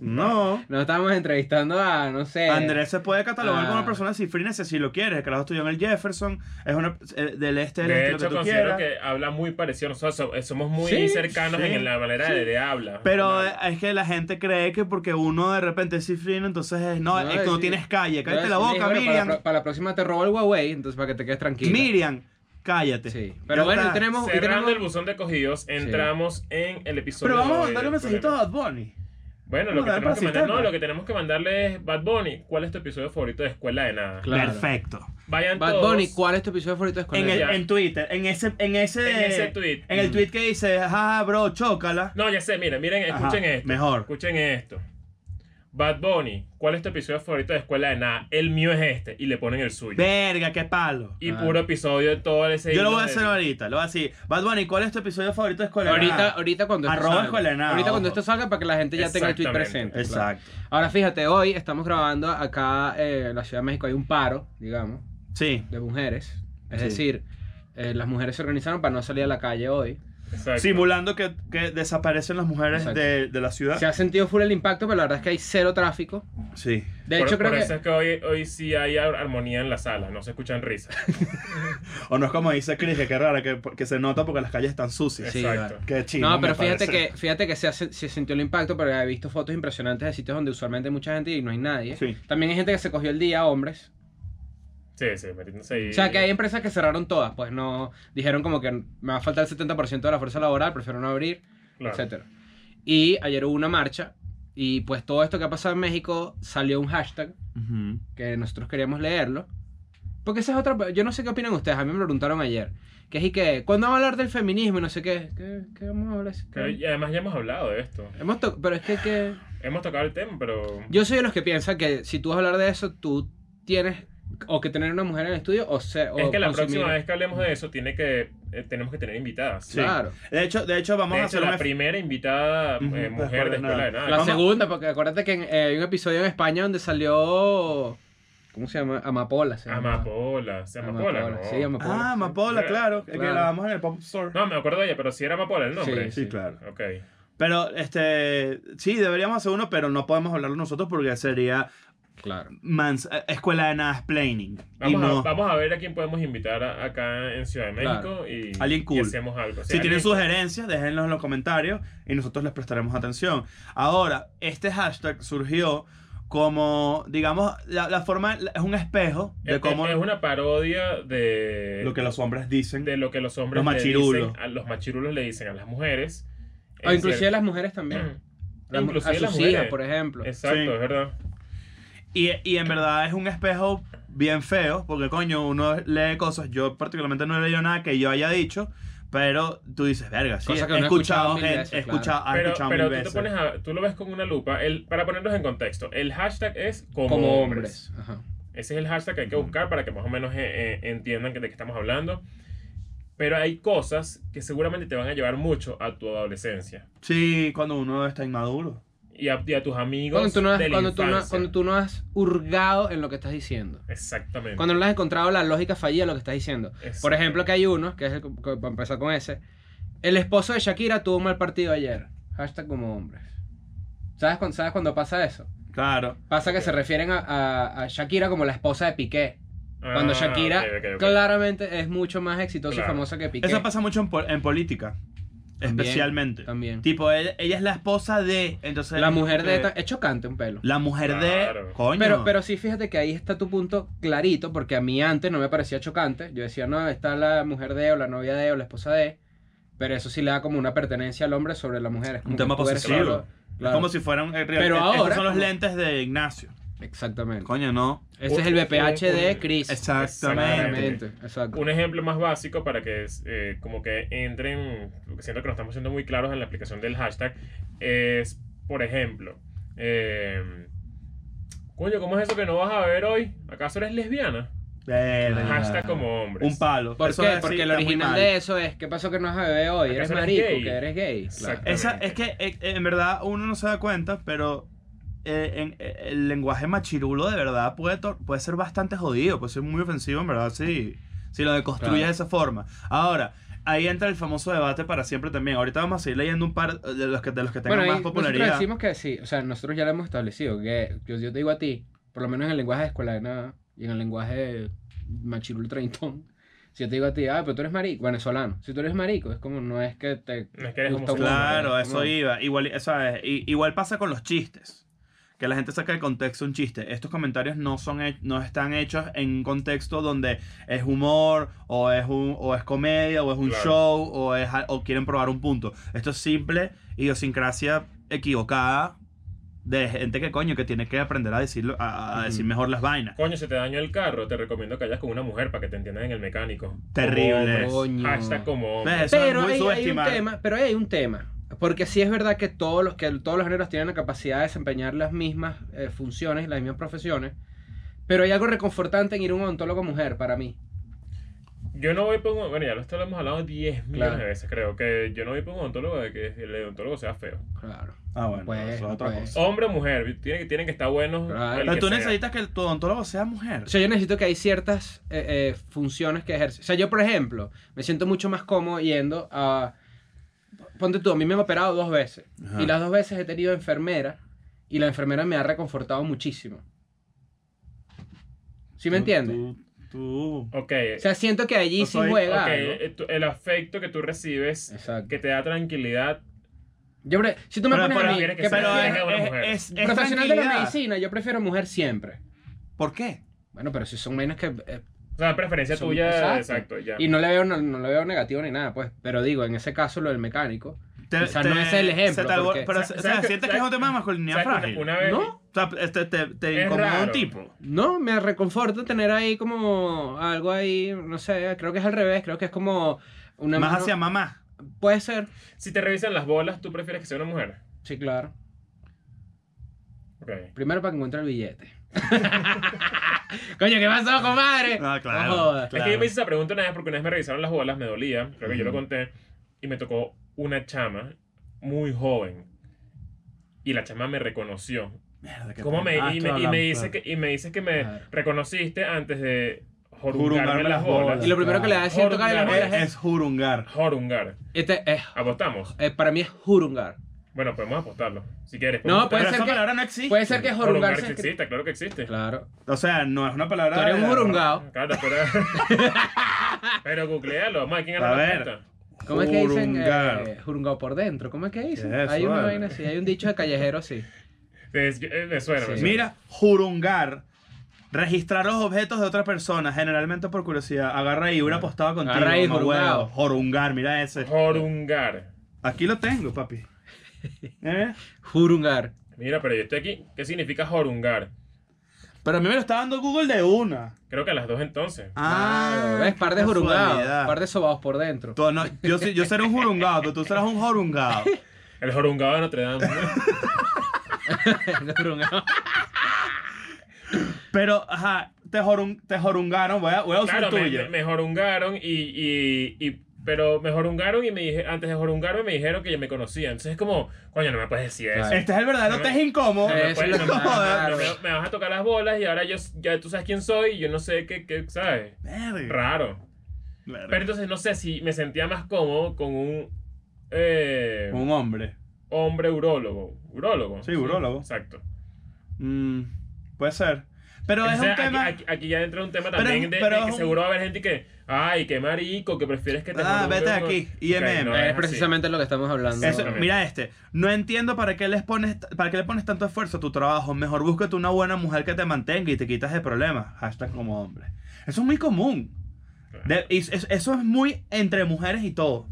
Speaker 3: No.
Speaker 4: Nos estábamos entrevistando a, no sé.
Speaker 3: Andrés se puede catalogar
Speaker 4: ah.
Speaker 3: como una persona cifrínese si lo quieres. El carajo estudió en el Jefferson, es una, eh, del este del
Speaker 2: De
Speaker 3: este,
Speaker 2: hecho,
Speaker 3: lo que tú
Speaker 2: considero
Speaker 3: quieras.
Speaker 2: que habla muy parecido. Nosotros so- eh, somos muy
Speaker 4: Sí,
Speaker 2: cercanos
Speaker 3: sí,
Speaker 2: en la manera de, de habla.
Speaker 3: Pero eh,
Speaker 2: Claro.
Speaker 3: es que la gente cree que porque uno de repente es cifrino, entonces es, no,
Speaker 4: No,
Speaker 3: es que no
Speaker 4: sí.
Speaker 3: tienes calle. Cállate la
Speaker 4: Yo
Speaker 3: boca,
Speaker 4: dije, bueno,
Speaker 3: Miriam.
Speaker 4: Para, la pro- para la próxima te robo el Huawei, entonces para que te quedes tranquilo.
Speaker 3: Miriam, cállate.
Speaker 4: Sí.
Speaker 3: Ya
Speaker 4: Pero bueno,
Speaker 3: está.
Speaker 4: y tenemos. y
Speaker 2: Cerrando el
Speaker 4: tenemos
Speaker 2: buzón de cogidos, entramos en el episodio.
Speaker 3: Pero vamos a
Speaker 2: de-
Speaker 3: mandarle un mensajito a Bad Bunny.
Speaker 2: Bueno, lo
Speaker 3: Vamos
Speaker 2: que,
Speaker 3: a dar
Speaker 2: tenemos que
Speaker 3: para
Speaker 2: mandar, no,
Speaker 3: sistema.
Speaker 2: lo que tenemos que mandarle es Bad Bunny. ¿Cuál es tu episodio favorito de Escuela de Nada?
Speaker 4: Claro.
Speaker 3: Perfecto.
Speaker 2: Vayan
Speaker 4: Bad
Speaker 2: todos.
Speaker 4: Bunny, ¿cuál es tu episodio favorito de escuela?
Speaker 3: En, el-
Speaker 2: Ya.
Speaker 3: en Twitter, en ese, en ese,
Speaker 2: En ese tweet.
Speaker 3: en el
Speaker 4: Mm.
Speaker 3: tweet que dice, jaja, bro, chócala.
Speaker 2: No, ya sé, miren, miren,
Speaker 3: Ajá,
Speaker 2: escuchen esto.
Speaker 3: mejor.
Speaker 2: Escuchen esto. Bad Bunny, ¿cuál es tu episodio favorito de Escuela de Nada? El mío es este. Y le ponen el suyo.
Speaker 3: Verga, qué palo.
Speaker 2: y
Speaker 4: Ah.
Speaker 2: puro episodio de todo ese.
Speaker 3: Yo lo
Speaker 2: hilo
Speaker 3: voy a
Speaker 2: de-
Speaker 3: hacer ahorita, lo voy a decir. Bad Bunny, ¿cuál es tu episodio favorito de escuela? Ah. de
Speaker 4: Ahorita,
Speaker 3: Nada?
Speaker 4: ahorita cuando esto
Speaker 3: Arroba
Speaker 4: salga.
Speaker 3: Escuela de Nada,
Speaker 4: Ahorita cuando
Speaker 3: ojo.
Speaker 4: esto salga para que la gente ya tenga el tweet
Speaker 2: Exactamente.
Speaker 4: presente. claro.
Speaker 3: Exacto.
Speaker 4: Ahora fíjate, hoy estamos grabando acá eh, en la Ciudad de México. Hay un paro, digamos,
Speaker 3: Sí.
Speaker 4: de mujeres. Es
Speaker 3: Sí.
Speaker 4: decir, eh, las mujeres se organizaron para no salir a la calle hoy.
Speaker 2: Exacto.
Speaker 3: Simulando que, que desaparecen las mujeres
Speaker 4: Exacto.
Speaker 3: de, de la ciudad.
Speaker 4: Se ha sentido full el impacto, pero la verdad es que hay cero tráfico.
Speaker 3: Sí.
Speaker 4: De
Speaker 2: por,
Speaker 4: hecho, creo
Speaker 2: por
Speaker 4: que.
Speaker 2: eso es que hoy, hoy sí hay ar- armonía en la sala, no se escuchan risas.
Speaker 3: O no es como dice Chris, que qué rara, que, que se nota porque las calles están sucias.
Speaker 4: Sí,
Speaker 2: Exacto.
Speaker 3: Qué chino.
Speaker 4: No,
Speaker 3: me
Speaker 4: pero fíjate
Speaker 3: parece.
Speaker 4: que, fíjate que se, hace- se sintió el impacto, pero he visto fotos impresionantes de sitios donde usualmente hay mucha gente y no hay nadie.
Speaker 3: Sí.
Speaker 4: También hay gente que se cogió el día, hombres.
Speaker 2: Sí, sí, metiéndose ahí.
Speaker 4: O sea, que hay empresas que cerraron todas, pues no dijeron como que me va a faltar el 70% de la fuerza laboral, prefiero no abrir,
Speaker 2: Claro.
Speaker 4: etcétera. Y ayer hubo una marcha y pues todo esto que ha pasado en México salió un hashtag
Speaker 3: Ujú.
Speaker 4: que nosotros queríamos leerlo. Porque esa es otra. Yo no sé qué opinan ustedes, a mí me lo preguntaron ayer. Que es y que, ¿cuándo van a hablar del feminismo? Y no sé qué. ¿Qué, qué vamos a hablar?
Speaker 2: Pero, y además ya hemos hablado de esto.
Speaker 4: Hemos to- pero es que, que.
Speaker 2: Hemos tocado el tema, pero.
Speaker 4: Yo soy de los que piensan que si tú vas a hablar de eso, tú tienes o que tener una mujer en el estudio o ser.
Speaker 2: es que la próxima vez que hablemos de eso, tiene que, eh, tenemos que tener invitadas.
Speaker 3: Sí.
Speaker 4: Claro.
Speaker 3: De hecho, de hecho vamos
Speaker 2: de
Speaker 3: a
Speaker 2: hecho,
Speaker 3: hacer
Speaker 2: la
Speaker 3: una.
Speaker 2: primera invitada eh,
Speaker 3: Ujú, de
Speaker 2: mujer de
Speaker 3: Escuela
Speaker 2: Escuela
Speaker 3: de
Speaker 2: de
Speaker 3: Nada.
Speaker 2: Nada.
Speaker 4: La
Speaker 3: Vamos-
Speaker 4: segunda, porque acuérdate que en- eh, hay un episodio en España donde salió. ¿Cómo se llama? Amapola. Se llamaba.
Speaker 2: Amapola. ¿Se llama Amapola? no.
Speaker 4: Sí, Amapola.
Speaker 3: Ah,
Speaker 4: sí.
Speaker 3: Mapola,
Speaker 2: Sí.
Speaker 3: claro. Que
Speaker 4: Claro.
Speaker 3: grabamos en el Pop Store.
Speaker 2: No, me acuerdo de ella, pero sí era Amapola el nombre.
Speaker 4: Sí,
Speaker 3: sí, claro.
Speaker 2: Ok.
Speaker 3: Pero, este. Sí, deberíamos hacer uno, pero no podemos hablarlo nosotros porque sería
Speaker 4: Claro.
Speaker 3: mans- eh, escuela de nada explaining. Y
Speaker 2: Vamos,
Speaker 3: no.
Speaker 2: a, vamos a ver a quién podemos invitar a- acá en Ciudad de México
Speaker 4: Claro.
Speaker 2: y,
Speaker 3: Alguien
Speaker 2: y
Speaker 3: cool.
Speaker 2: hacemos algo. O sea,
Speaker 3: Si tienen
Speaker 2: alguien-
Speaker 3: sugerencias, déjenlos en los comentarios y nosotros les prestaremos atención. Ahora, este hashtag surgió como, digamos, la, la forma la- es un espejo de
Speaker 2: Es,
Speaker 3: cómo
Speaker 2: es una parodia de
Speaker 3: lo que los hombres dicen.
Speaker 2: de lo que los hombres
Speaker 3: Los
Speaker 2: le
Speaker 3: machirulos. Ah,
Speaker 2: dicen a los machirulos le dicen a las mujeres.
Speaker 4: O
Speaker 2: En
Speaker 4: inclusive
Speaker 2: cier-
Speaker 4: las mujeres también.
Speaker 2: No, inclusive
Speaker 4: a
Speaker 2: las
Speaker 4: sus
Speaker 2: mujeres.
Speaker 4: hijas, por ejemplo.
Speaker 2: Exacto,
Speaker 3: Sí.
Speaker 2: es verdad.
Speaker 3: Y, y en verdad es un espejo bien feo, porque coño, uno lee cosas. Yo particularmente no he leído nada que yo haya dicho, pero tú dices, verga, sí,
Speaker 4: Cosa que
Speaker 3: he
Speaker 4: uno ha escuchado
Speaker 3: escuchado,
Speaker 4: mil
Speaker 3: gente-
Speaker 4: veces,
Speaker 3: he escuchado, ha
Speaker 2: Pero,
Speaker 3: escuchado
Speaker 2: pero
Speaker 3: Ah, mil
Speaker 2: tú, te
Speaker 3: veces.
Speaker 2: pones a- tú lo ves con una lupa. El, para ponerlos en contexto, el hashtag es como,
Speaker 4: Como
Speaker 2: hombres.
Speaker 4: hombres. Ajá.
Speaker 2: Ese es el hashtag que hay que buscar para que más o menos eh, eh, entiendan que- de qué estamos hablando. Pero hay cosas que seguramente te van a llevar mucho a tu adolescencia
Speaker 3: Sí, cuando uno está inmaduro.
Speaker 2: y a, y a tus amigos.
Speaker 4: Cuando tú, no has,
Speaker 2: de la
Speaker 4: cuando, tú no,
Speaker 2: infancia.
Speaker 4: cuando tú no has hurgado en lo que estás diciendo.
Speaker 2: Exactamente.
Speaker 4: Cuando no le has encontrado la lógica fallida a lo que estás diciendo.
Speaker 2: Exacto.
Speaker 4: Por ejemplo, que hay uno, que es el, que- para empezar con ese. El esposo de Shakira tuvo un mal partido ayer. Hashtag como hombres. ¿Sabes, cuándo- ¿Sabes cuando pasa eso?
Speaker 3: Claro.
Speaker 4: Pasa que
Speaker 2: Ok.
Speaker 4: se refieren a, a- a Shakira como la esposa de Piqué. Cuando
Speaker 2: Ah,
Speaker 4: Shakira
Speaker 2: ok, ok, ok.
Speaker 4: claramente es mucho más exitosa
Speaker 2: Claro.
Speaker 4: y famosa que Piqué.
Speaker 3: Eso pasa mucho en, pol- en política.
Speaker 4: También,
Speaker 3: especialmente.
Speaker 4: También.
Speaker 3: Tipo, él- ella es la esposa de. Entonces,
Speaker 4: La mujer de...
Speaker 3: eh,
Speaker 4: ta- Es chocante un pelo.
Speaker 3: La mujer
Speaker 2: Claro.
Speaker 3: de. Coño.
Speaker 4: Pero, pero sí, fíjate que ahí está tu punto clarito, porque a mí antes no me parecía chocante. Yo decía, no, está la mujer de, o la novia de, o la esposa de. Pero eso sí le da como una pertenencia al hombre sobre la mujer. Es como
Speaker 3: Un tema
Speaker 4: que tú eres
Speaker 3: posesivo.
Speaker 4: solo-
Speaker 3: Es
Speaker 4: claro,
Speaker 3: como si fueran. eh,
Speaker 4: Pero
Speaker 3: estos
Speaker 4: ahora,
Speaker 3: son los
Speaker 4: como-
Speaker 3: lentes de Ignacio.
Speaker 4: Exactamente.
Speaker 3: Coño, no.
Speaker 4: Ese es el BPH de Chris.
Speaker 3: Exactamente.
Speaker 4: Exactamente. Exacto.
Speaker 2: Un ejemplo más básico para que eh, como que entren, porque siento que no estamos siendo muy claros en la aplicación del hashtag, es, por ejemplo, eh, coño, ¿cómo es eso que no vas a ver hoy? ¿Acaso eres lesbiana?
Speaker 3: Verga.
Speaker 2: hashtag como hombres.
Speaker 3: Ah. Un palo.
Speaker 4: ¿Por
Speaker 3: Eso
Speaker 4: qué?
Speaker 3: es así,
Speaker 4: Porque el
Speaker 3: está muy
Speaker 4: original
Speaker 3: mal.
Speaker 4: de eso es, ¿qué pasó que no has bebido hoy?
Speaker 2: ¿Acaso
Speaker 4: Eres
Speaker 2: eres
Speaker 4: marico,
Speaker 2: gay?
Speaker 4: que eres gay.
Speaker 2: Exacto.
Speaker 4: Claro.
Speaker 3: Esa, es que eh, en verdad uno no se da cuenta, pero eh, en- eh, el lenguaje machirulo de verdad puede, tor- puede ser bastante jodido, puede ser muy ofensivo en verdad si, si lo deconstruyes
Speaker 4: Claro.
Speaker 3: de esa forma. Ahora, ahí entra el famoso debate para siempre también. Ahorita vamos a ir leyendo un par de los que, de los que tengan
Speaker 4: Bueno,
Speaker 3: más
Speaker 4: ahí nosotros
Speaker 3: popularidad.
Speaker 4: decimos que sí, o sea, nosotros ya lo hemos establecido, que yo, yo te digo a ti, por lo menos en el lenguaje de escuela de nada y en el lenguaje machirulo treintón, si yo te digo a ti, ah, pero tú eres marico, venezolano, si tú eres marico, es como, no es que te...
Speaker 2: No es que eres
Speaker 4: gusta un
Speaker 2: homosexual.
Speaker 4: hombre,
Speaker 3: Claro,
Speaker 4: es
Speaker 3: eso
Speaker 4: como-
Speaker 3: iba. Igual, eso es. I- igual pasa con los chistes. Que la gente saca de contexto un chiste. Estos comentarios no son he- no están hechos en un contexto donde es humor, o es un, o es comedia, o es un
Speaker 2: Claro.
Speaker 3: show, o es a- o quieren probar un punto. Esto es simple idiosincrasia equivocada de gente que coño que tiene que aprender a decirlo, a, a
Speaker 4: Ujú.
Speaker 3: decir mejor las vainas.
Speaker 2: Coño, se te dañó el carro, te recomiendo que vayas con una mujer para que te entiendan en el mecánico.
Speaker 3: Terrible.
Speaker 4: Coño.
Speaker 2: Hashtag como
Speaker 3: ¿Ves?
Speaker 2: hombres.
Speaker 3: Eso es
Speaker 4: pero
Speaker 3: muy
Speaker 4: ahí hay un
Speaker 3: subestimar.
Speaker 4: tema, pero ahí hay un tema, porque sí es verdad que todos los, que todos los géneros tienen la capacidad de desempeñar las mismas eh, funciones, las mismas profesiones, pero hay algo reconfortante en ir a un odontólogo mujer para mí.
Speaker 2: Yo no voy por un- Bueno, ya esto lo hemos hablado 10 millones
Speaker 4: Claro.
Speaker 2: de veces, creo. Que yo no voy por un odontólogo de que el odontólogo sea feo.
Speaker 4: Claro.
Speaker 3: Ah, bueno,
Speaker 4: Pues,
Speaker 3: eso es otra
Speaker 4: pues.
Speaker 3: cosa.
Speaker 2: Hombre o mujer, tienen, tienen que estar buenos.
Speaker 4: Claro.
Speaker 2: el
Speaker 3: Pero
Speaker 2: que
Speaker 3: tú
Speaker 2: sea.
Speaker 3: necesitas que tu odontólogo sea mujer.
Speaker 4: O sea, yo necesito que hay ciertas eh, eh, funciones que ejerce. O sea, yo, por ejemplo, me siento mucho más cómodo yendo a... Ponte tú, a mí me han operado dos veces.
Speaker 3: Ajá.
Speaker 4: Y las dos veces he tenido enfermera. Y la enfermera me ha reconfortado muchísimo. ¿Sí
Speaker 3: Tú-
Speaker 4: me entiendes?
Speaker 3: tú, tú.
Speaker 2: Ok.
Speaker 4: O sea, siento que allí
Speaker 3: Yo
Speaker 4: sí
Speaker 3: soy-
Speaker 4: juega
Speaker 2: Eh, Ok,
Speaker 4: algo.
Speaker 2: eh, tú- el afecto que tú recibes,
Speaker 4: Exacto.
Speaker 2: que te da tranquilidad.
Speaker 4: Yo, pre- si tú me
Speaker 3: Pero-
Speaker 4: pones
Speaker 2: pero
Speaker 4: a mí,
Speaker 2: quieres que
Speaker 4: ¿qué
Speaker 2: sea-
Speaker 3: Pero
Speaker 4: prefieres?
Speaker 2: Prefiero
Speaker 3: es,
Speaker 2: una
Speaker 3: es-
Speaker 2: mujer.
Speaker 3: es- es
Speaker 4: profesional de la
Speaker 3: tranquilidad.
Speaker 4: medicina, yo prefiero mujer siempre.
Speaker 3: ¿Por qué?
Speaker 4: Bueno, pero si son menos que... eh,
Speaker 2: O sea, preferencia
Speaker 4: Son-
Speaker 2: tuya.
Speaker 4: exacto.
Speaker 2: Exacto, ya.
Speaker 4: y no le, veo, no, no le veo negativo ni nada, pues. Pero digo, en ese caso, lo del mecánico... Quizás no es el ejemplo,
Speaker 3: se te albo-
Speaker 4: porque-
Speaker 3: pero
Speaker 2: Sa-
Speaker 3: se-
Speaker 2: ¿sabes
Speaker 3: o sea,
Speaker 2: que-
Speaker 3: sientes que es
Speaker 2: sabes-
Speaker 3: un tema de masculinidad
Speaker 2: ¿Sabes que una-
Speaker 3: frágil.
Speaker 2: una vez-
Speaker 4: ¿No.
Speaker 3: O sea, este, te, te
Speaker 2: Es
Speaker 3: incomoda
Speaker 2: raro.
Speaker 3: un tipo.
Speaker 4: No, me reconforta tener ahí como algo ahí, no sé, creo que es al revés, creo que es como una
Speaker 3: Más
Speaker 4: mano-
Speaker 3: hacia mamá.
Speaker 4: Puede ser.
Speaker 2: Si te revisan las bolas, ¿tú prefieres que sea una mujer?
Speaker 4: Sí, claro.
Speaker 2: Ok.
Speaker 4: Primero para que encuentre el billete. Coño, ¿qué pasó, compadre?
Speaker 3: Ah, claro,
Speaker 4: Eh, jodas.
Speaker 3: claro.
Speaker 2: Es que yo me hice esa pregunta una vez porque una vez me revisaron las bolas, me dolía, creo que yo lo
Speaker 4: Ujú.
Speaker 2: conté, y me tocó una chama muy joven. Y la chama me reconoció.
Speaker 3: Mierda, qué
Speaker 2: ¿Cómo me,
Speaker 3: pena. Ah,
Speaker 2: y,
Speaker 3: esto
Speaker 2: me, y,
Speaker 3: hablamos,
Speaker 2: me dice
Speaker 3: claro.
Speaker 2: que, y me dice que me
Speaker 4: Claro.
Speaker 2: reconociste antes de
Speaker 3: Jurungarme
Speaker 2: jorungarme las
Speaker 3: las bolas.
Speaker 2: bolas.
Speaker 4: Y lo primero que le da es cierto cara a la
Speaker 2: Jorungar.
Speaker 4: mujer
Speaker 3: Es, es
Speaker 4: es...
Speaker 3: jurungar.
Speaker 2: Jorungar.
Speaker 4: Este es...
Speaker 2: ¿Apostamos?
Speaker 4: eh, para mí es jurungar.
Speaker 2: Bueno, podemos apostarlo. Si quieres.
Speaker 4: No,
Speaker 2: podemos-
Speaker 4: puede
Speaker 3: Pero
Speaker 4: ser
Speaker 3: esa
Speaker 4: que-
Speaker 3: palabra no existe.
Speaker 4: Puede ser que jurungar
Speaker 2: Jorungar
Speaker 4: se
Speaker 2: sí
Speaker 4: escri-
Speaker 2: existe, claro que existe.
Speaker 4: Claro.
Speaker 3: O sea, no es una palabra.
Speaker 4: Tú eres
Speaker 3: de-
Speaker 4: un jurungao.
Speaker 2: Claro, pero. pero googlealo, vamos a ver quién
Speaker 3: A
Speaker 2: era la
Speaker 3: ver.
Speaker 2: respuesta.
Speaker 4: ¿Cómo es que dicen?
Speaker 3: Jurungar.
Speaker 4: eh, jurungao por dentro. ¿Cómo es que dicen?
Speaker 3: ¿Qué es eso,
Speaker 4: hay una
Speaker 3: vale?
Speaker 4: vaina así, hay un dicho de callejero, sí.
Speaker 2: Es- eh, me suena, me
Speaker 4: Sí.
Speaker 2: suena.
Speaker 3: Mira, jurungar. Registrar los objetos de otra persona, generalmente por curiosidad. Agarra ahí una postada contigo.
Speaker 4: Agarra ahí,
Speaker 3: mamá huevo.
Speaker 4: jorungado.
Speaker 3: Jorungar, mira ese.
Speaker 2: Jorungar.
Speaker 3: Aquí lo tengo, papi. ¿Eh?
Speaker 4: Jurungar.
Speaker 2: Mira, pero yo estoy aquí. ¿Qué significa jorungar?
Speaker 3: Pero a mí me lo está dando Google de una.
Speaker 2: Creo que a las dos entonces.
Speaker 4: Ah, ¿Ves? Par de
Speaker 3: qué
Speaker 4: jurungados.
Speaker 3: casualidad.
Speaker 4: Par de sobados por dentro.
Speaker 3: Tú, no, yo, sí- yo seré un jorungado, tú- tú serás un jorungado.
Speaker 2: El jorungado de Notre Dame. ¿no?
Speaker 4: Los jurungados.
Speaker 3: Pero, ajá, te, jorun- te jorungaron, voy a, voy a usar
Speaker 2: claro, me,
Speaker 3: tuya.
Speaker 2: me- me jorungaron y, y, y- Pero me jorungaron y me dije, antes de jorungarme me dijeron que ya me conocían. Entonces es como, coño, no me puedes decir eso.
Speaker 4: Claro.
Speaker 3: Este es el verdadero
Speaker 2: No,
Speaker 3: te es
Speaker 2: no.
Speaker 3: incómodo. ¿eh?
Speaker 2: No me,
Speaker 4: Eso es
Speaker 2: puedes,
Speaker 4: lo
Speaker 2: no
Speaker 4: que
Speaker 2: me-
Speaker 4: más
Speaker 2: no me-
Speaker 4: raro.
Speaker 2: me vas a tocar las bolas y ahora yo, ya tú sabes quién soy y yo no sé qué, qué ¿sabes?
Speaker 3: Verga.
Speaker 2: Raro.
Speaker 3: Verga.
Speaker 2: Pero entonces no sé si me sentía más cómodo con un eh,
Speaker 3: Un hombre.
Speaker 2: hombre urólogo. Urólogo.
Speaker 3: Sí, urólogo.
Speaker 2: Exacto.
Speaker 3: Mm, puede ser. Pero es
Speaker 2: Entonces,
Speaker 3: un tema.
Speaker 2: aquí, aquí- aquí ya entra un tema
Speaker 3: Pero es
Speaker 2: también
Speaker 3: un-
Speaker 2: de,
Speaker 3: pero
Speaker 2: de
Speaker 3: es
Speaker 2: que
Speaker 3: un-
Speaker 2: seguro va a haber gente que, ay, qué marico, que prefieres que te
Speaker 3: Ah,
Speaker 2: jorungue
Speaker 3: vete de
Speaker 2: uno".
Speaker 3: aquí,
Speaker 2: Ok,
Speaker 3: IMM.
Speaker 2: no,
Speaker 4: Es
Speaker 2: así.
Speaker 4: Eh, precisamente lo que estamos hablando.
Speaker 3: Eso-
Speaker 2: Exactamente.
Speaker 3: mira este, no entiendo para qué les pones para qué le pones tanto esfuerzo a tu trabajo. Mejor búscate una buena mujer que te mantenga y te quitas de problemas. Hashtag como hombre. Eso es muy común. De- y es- eso es muy entre mujeres y todo.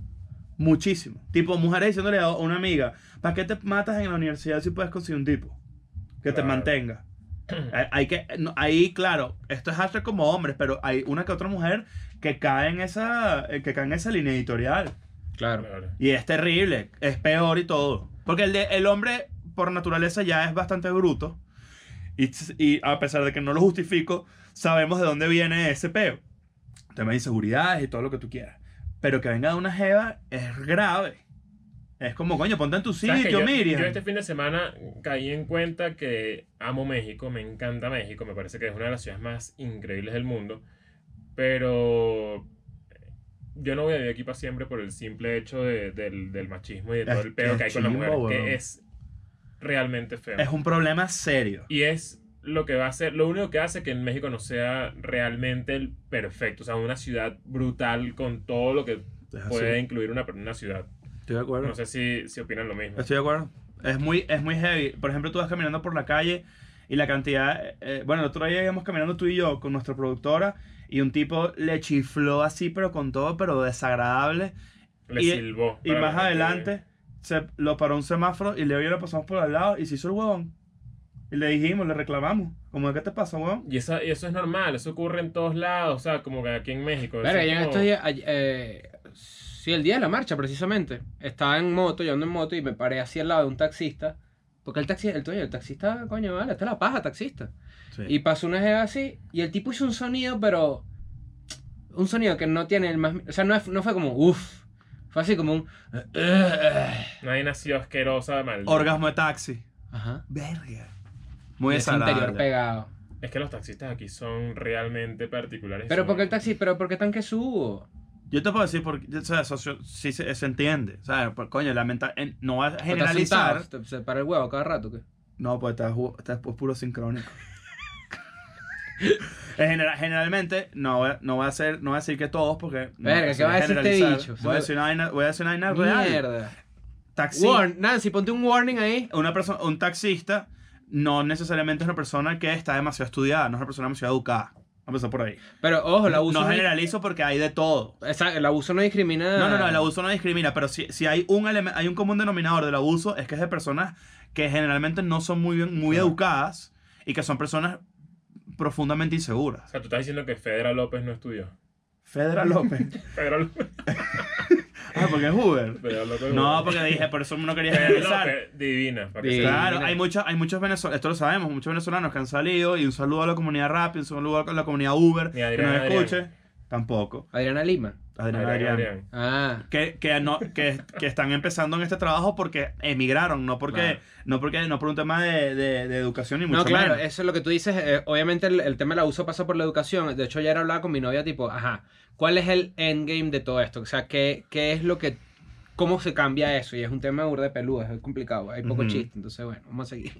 Speaker 3: Muchísimo. Tipo, mujeres diciéndole a una amiga, ¿para qué te matas en la universidad si puedes conseguir un tipo que te
Speaker 2: Claro.
Speaker 3: mantenga? Hay- Hay que, no, ahí, claro, esto es hashtag como hombres, pero hay una que otra mujer que cae en esa, eh, que cae en esa línea editorial.
Speaker 4: Claro.
Speaker 2: Claro.
Speaker 3: Y es terrible, es peor y todo. Porque el, de- el hombre, por naturaleza, ya es bastante bruto. Y, s- y a pesar de que no lo justifico, sabemos de dónde viene ese peo. Tema de inseguridades y todo lo que tú quieras. Pero que venga de una jeva es grave. Es como, coño, ponte en tu
Speaker 2: ¿Sabes que
Speaker 3: sitio,
Speaker 2: yo,
Speaker 3: Miriam.
Speaker 2: yo este fin de semana caí en cuenta que amo México, me encanta México, me parece que es una de las ciudades más increíbles del mundo, pero yo no voy a vivir aquí para siempre por el simple hecho de- del, del machismo y de todo
Speaker 3: Es
Speaker 2: el pedo
Speaker 3: que
Speaker 2: que hay
Speaker 3: es
Speaker 2: con las
Speaker 3: chimbo,
Speaker 2: mujeres,
Speaker 3: weón.
Speaker 2: que es realmente feo.
Speaker 3: Es un problema serio.
Speaker 2: Y es lo que va a ser, lo único que hace que en México no sea realmente el perfecto, o sea, una ciudad brutal con todo lo que
Speaker 3: Es así.
Speaker 2: puede incluir una, una ciudad.
Speaker 3: Estoy de acuerdo.
Speaker 2: No sé si, si opinan lo mismo.
Speaker 3: Estoy de acuerdo. Es muy, es muy heavy. Por ejemplo, tú vas caminando por la calle y la cantidad. eh, eh, bueno, el otro día íbamos caminando tú y yo con nuestra productora y un tipo le chifló así, pero con todo, pero desagradable.
Speaker 2: Le
Speaker 3: Y-
Speaker 2: silbó.
Speaker 3: Y
Speaker 2: para la
Speaker 3: más
Speaker 2: gente.
Speaker 3: adelante se lo paró un semáforo y Leo y yo lo pasamos por al lado y se hizo el huevón. Y le dijimos, le reclamamos. Como, ¿qué te pasa, huevón?
Speaker 2: Y, esa- y eso es normal, eso ocurre en todos lados, o sea, como que aquí en México.
Speaker 4: Verga,
Speaker 2: eso es
Speaker 4: yo en
Speaker 2: como-
Speaker 4: estos días. ay- eh, sí, el día de la marcha, precisamente. Estaba en moto, yo ando en moto y me paré así al lado de un taxista. Porque el taxista, el, coño, el taxista, coño, vale, está la paja, taxista. Y pasó una jeva así y el tipo hizo un sonido, pero. Un sonido que no tiene el más. O sea, no, es- no fue como uff. Fue así como un.
Speaker 2: Nadie nació asquerosa de mal.
Speaker 3: Orgasmo de taxi.
Speaker 4: Ajá.
Speaker 3: Verga. Muy
Speaker 4: Y ese interior
Speaker 3: desagradable.
Speaker 4: pegado.
Speaker 2: Es que los taxistas aquí son realmente particulares.
Speaker 4: Pero
Speaker 2: son-
Speaker 4: porque el taxi, pero porque tan que subo.
Speaker 3: Yo te puedo decir, porque, o sea, socio- sí se, se entiende. O sea, por- coño, lamenta- en- no vas a generalizar.
Speaker 4: Te, se para el huevo cada rato. ¿qué?
Speaker 3: No, pues estás, ju- estás pu- puro sincrónico. En general- generalmente, no, voy a- no, voy a hacer, no voy a decir que todos, porque. no,
Speaker 4: Verga, ¿qué
Speaker 3: sería
Speaker 4: va a decir este
Speaker 3: generalizar.
Speaker 4: bicho?
Speaker 3: Voy a decir una vaina, voy a decir una vaina real.
Speaker 4: Mierda.
Speaker 3: Taxi,
Speaker 4: Warn- Nancy, ponte un warning ahí.
Speaker 3: una persona, un taxista no necesariamente es una persona que está demasiado estudiada, no es una persona demasiado educada. Vamos a empezar por ahí.
Speaker 4: Pero ojo, el abuso.
Speaker 3: no
Speaker 4: no-
Speaker 3: generalizo porque hay de todo.
Speaker 4: Exacto, el abuso no discrimina.
Speaker 3: No, no, no, el abuso no discrimina, pero si, si hay un elemen- hay un común denominador del abuso es que es de personas que generalmente no son muy bien, muy
Speaker 4: Claro.
Speaker 3: educadas y que son personas profundamente inseguras.
Speaker 2: O sea, tú estás diciendo que Fedra López no estudió.
Speaker 3: Fedra López.
Speaker 2: Fedra López.
Speaker 3: ah, porque es Uber.
Speaker 2: Fedra López
Speaker 3: No, porque dije, por eso no quería
Speaker 2: Fedra
Speaker 3: generalizar.
Speaker 2: López, divina. para que
Speaker 4: Divina.
Speaker 2: sepa.
Speaker 3: Claro, hay muchos, hay muchos venezolanos, esto lo sabemos, muchos venezolanos que han salido y un saludo a la comunidad Rappi, un saludo a la comunidad Uber,
Speaker 2: Ni
Speaker 3: que
Speaker 2: Adrián,
Speaker 3: nos
Speaker 2: Adrián.
Speaker 3: escuche. Tampoco.
Speaker 4: Adriana Lima.
Speaker 3: Adrián,
Speaker 2: Adrián,
Speaker 3: Adrián.
Speaker 2: Adrián.
Speaker 4: Ah.
Speaker 3: Que, que, no, que, que están empezando en este trabajo porque emigraron, no porque,
Speaker 4: Claro.
Speaker 3: no porque, no por un tema de, de- de educación ni mucho
Speaker 4: No, claro,
Speaker 3: menos.
Speaker 4: eso es lo que tú dices. eh, obviamente el, el tema del abuso pasa por la educación. De hecho, ayer hablaba con mi novia, tipo, ajá, ¿cuál es el endgame de todo esto? O sea, ¿qué, qué es lo que... ¿Cómo se cambia eso? Y es un tema burda de peludo, es complicado, hay poco
Speaker 3: Ujú.
Speaker 4: chiste, entonces bueno, vamos a seguir.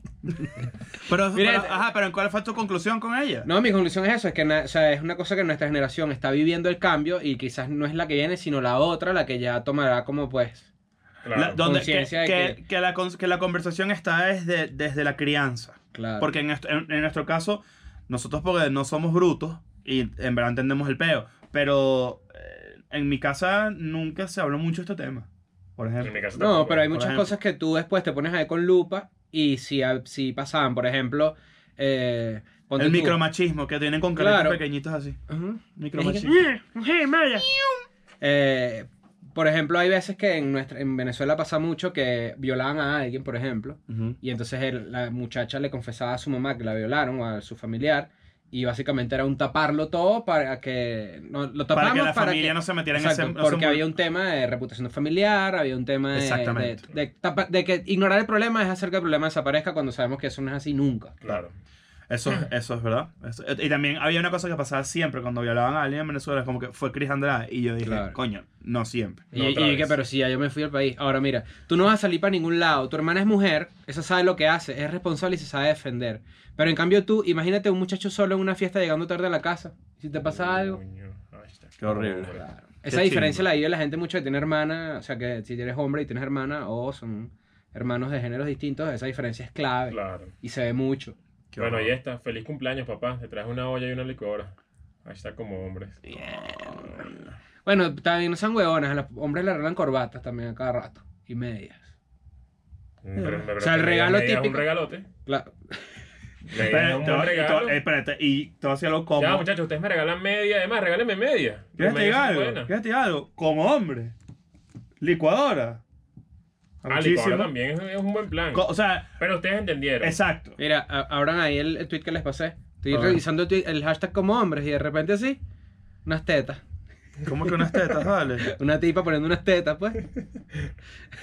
Speaker 3: Pero,
Speaker 4: Mira, eh,
Speaker 3: pero- ajá, pero ¿cuál fue tu conclusión con ella?
Speaker 4: No, mi conclusión es eso, es que na- o sea, es una cosa que nuestra generación está viviendo el cambio y quizás no es la que viene, sino la otra, la que ya tomará como pues
Speaker 2: Claro.
Speaker 3: La- donde, que,
Speaker 4: Conciencia de
Speaker 3: que-
Speaker 4: que-
Speaker 3: que la, cons- que la conversación está desde, desde la crianza.
Speaker 4: Claro.
Speaker 3: Porque en, est- en- en nuestro caso, nosotros porque no somos brutos y en verdad entendemos el peo. Pero eh, en mi casa nunca se habló mucho de este tema. Por
Speaker 2: En mi
Speaker 3: ejemplo.
Speaker 2: caso
Speaker 4: No,
Speaker 2: tampoco.
Speaker 4: pero hay
Speaker 3: por
Speaker 4: muchas
Speaker 3: ejemplo.
Speaker 4: cosas que tú después te pones a ver con lupa y si, a- si pasaban, por ejemplo, eh, ponte
Speaker 3: El
Speaker 4: tú.
Speaker 3: micromachismo que tienen con caritos
Speaker 4: Claro.
Speaker 3: pequeñitos así.
Speaker 4: Ujú.
Speaker 3: Micromachismo.
Speaker 4: Eh, mujer, mala. Eh, por ejemplo, hay veces que en, nuestra, en Venezuela pasa mucho que violaban a alguien, por ejemplo,
Speaker 3: Ujú.
Speaker 4: y entonces el- la muchacha le confesaba a su mamá que la violaron o a su familiar. Y básicamente era un taparlo todo para que... No, lo tapamos
Speaker 3: Para que la familia no se metiera en ese...
Speaker 4: Exacto,
Speaker 3: en ese
Speaker 4: porque
Speaker 3: mol-
Speaker 4: había un tema de reputación familiar, había un tema de,
Speaker 3: Exactamente.
Speaker 4: de- de tapa- de que ignorar el problema es hacer que el problema desaparezca cuando sabemos que eso no es así nunca.
Speaker 2: Claro.
Speaker 3: Eso, eso es verdad. Eso- eh, y también había una cosa que pasaba siempre cuando violaban a alguien en Venezuela, como que fue Chris Andrade. Y yo dije,
Speaker 4: Claro.
Speaker 3: coño, no siempre.
Speaker 4: Y,
Speaker 2: No,
Speaker 4: y
Speaker 2: otra
Speaker 4: que,
Speaker 2: vez.
Speaker 4: pero si ya yo me fui al país. Ahora mira, tú no vas a salir para ningún lado. Tu hermana es mujer, esa sabe lo que hace, es responsable y se sabe defender. Pero en cambio tú, imagínate un muchacho solo en una fiesta llegando tarde a la casa. Si te pasa algo.
Speaker 2: Coño, hashtag.
Speaker 3: Qué horrible.
Speaker 2: Hombre.
Speaker 4: Esa
Speaker 3: Qué
Speaker 4: diferencia
Speaker 3: chimbo.
Speaker 4: la vive la gente mucho que tiene hermana, o sea que si eres hombre y tienes hermana o son hermanos de géneros distintos, esa diferencia es clave
Speaker 2: Claro.
Speaker 4: y se ve mucho.
Speaker 3: Qué
Speaker 2: bueno,
Speaker 3: horror.
Speaker 2: y esta. Feliz cumpleaños, papá. Te traes una olla y una licuadora. Hashtag como hombres.
Speaker 4: Bueno, también no sean huevonas, a los hombres le arreglan corbatas también a cada rato y medias.
Speaker 2: Un re-
Speaker 4: O sea, el
Speaker 2: me-
Speaker 4: regalo
Speaker 2: me das
Speaker 4: típico.
Speaker 2: Un regalote.
Speaker 4: Claro.
Speaker 2: Me das
Speaker 3: Pero,
Speaker 2: un
Speaker 3: te-
Speaker 2: buen
Speaker 3: y te-
Speaker 2: regalo.
Speaker 3: eh, espérate, y te voy a decir algo como.
Speaker 2: Ya, muchachos, ustedes me regalan media. Además, regálenme media. Media
Speaker 3: ¿Quieres te digo
Speaker 2: son
Speaker 3: algo?
Speaker 2: buenas.
Speaker 3: ¿Quieres te digo algo? Como hombre. Licuadora.
Speaker 2: Ah,
Speaker 3: Muchísimo.
Speaker 2: licuadora también es, es un buen plan.
Speaker 3: Co- O sea,
Speaker 2: Pero ustedes entendieron.
Speaker 3: exacto.
Speaker 4: Mira, a- abran ahí el, el tweet que les pasé. Estoy
Speaker 3: A ver.
Speaker 4: revisando el, tuit- el hashtag como hombres y de repente así, unas tetas.
Speaker 3: ¿Cómo que unas tetas, vale?
Speaker 4: Una tipa poniendo unas tetas, pues.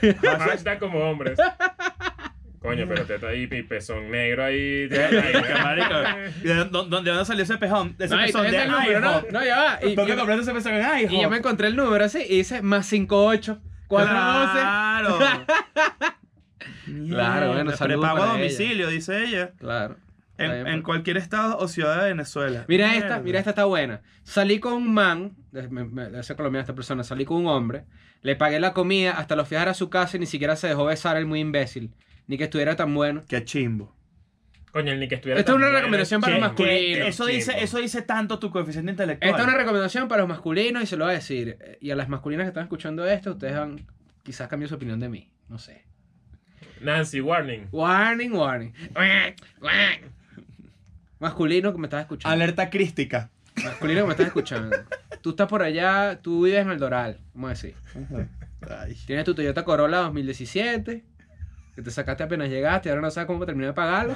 Speaker 2: Hashtag como hombres. Coño, pero teta y, y pezón negro ahí.
Speaker 3: Qué rica, marico. ¿Y de dó- dó- ¿Dónde dónde salió ese pejón? Ese
Speaker 4: No, y-
Speaker 3: pezón
Speaker 4: ese
Speaker 3: de
Speaker 4: es el número, no,
Speaker 3: IHOP.
Speaker 4: no, ya va. Y,
Speaker 3: ¿Dónde
Speaker 4: y-
Speaker 3: compraste ese pezón en
Speaker 4: y yo me
Speaker 3: IHOP?
Speaker 4: encontré el número así y dice más 58, 412.
Speaker 3: Claro.
Speaker 4: Claro, bueno,
Speaker 3: Mierda,
Speaker 4: saludos
Speaker 3: Prepago
Speaker 4: para
Speaker 3: a
Speaker 4: ella.
Speaker 3: domicilio, dice ella.
Speaker 4: Claro.
Speaker 3: En,
Speaker 4: Está bien,
Speaker 3: en
Speaker 4: pues.
Speaker 3: cualquier estado o ciudad de Venezuela.
Speaker 4: Mira
Speaker 3: Mierda.
Speaker 4: esta, mira esta está buena. Salí con un man, de- me- me- debe ser colombiana esta persona, salí con un hombre, le pagué la comida, hasta lo fui a dejar a su casa y ni siquiera se dejó besar el muy imbécil, ni que estuviera tan bueno.
Speaker 3: Qué chimbo.
Speaker 2: Coño, ni que estuviera.
Speaker 4: Esta es
Speaker 2: tan
Speaker 4: una
Speaker 2: buena.
Speaker 4: recomendación para
Speaker 3: Que-
Speaker 4: los masculinos.
Speaker 3: que eso, dice, eso dice tanto tu coeficiente intelectual.
Speaker 4: Esta es una recomendación para los masculinos y se lo voy a decir. eh, Y a las masculinas que están escuchando esto, ustedes han quizás cambiado su opinión de mí, no sé.
Speaker 2: Nancy, warning.
Speaker 4: Warning, warning. Masculino que me estás escuchando.
Speaker 3: Alerta crística.
Speaker 4: Masculino que me estás escuchando. Tú estás por allá, tú vives en el Doral, vamos a decir.
Speaker 3: Ay.
Speaker 4: Tienes tu Toyota Corolla 2017, que te sacaste apenas llegaste, ahora no sabes cómo terminar de pagarlo.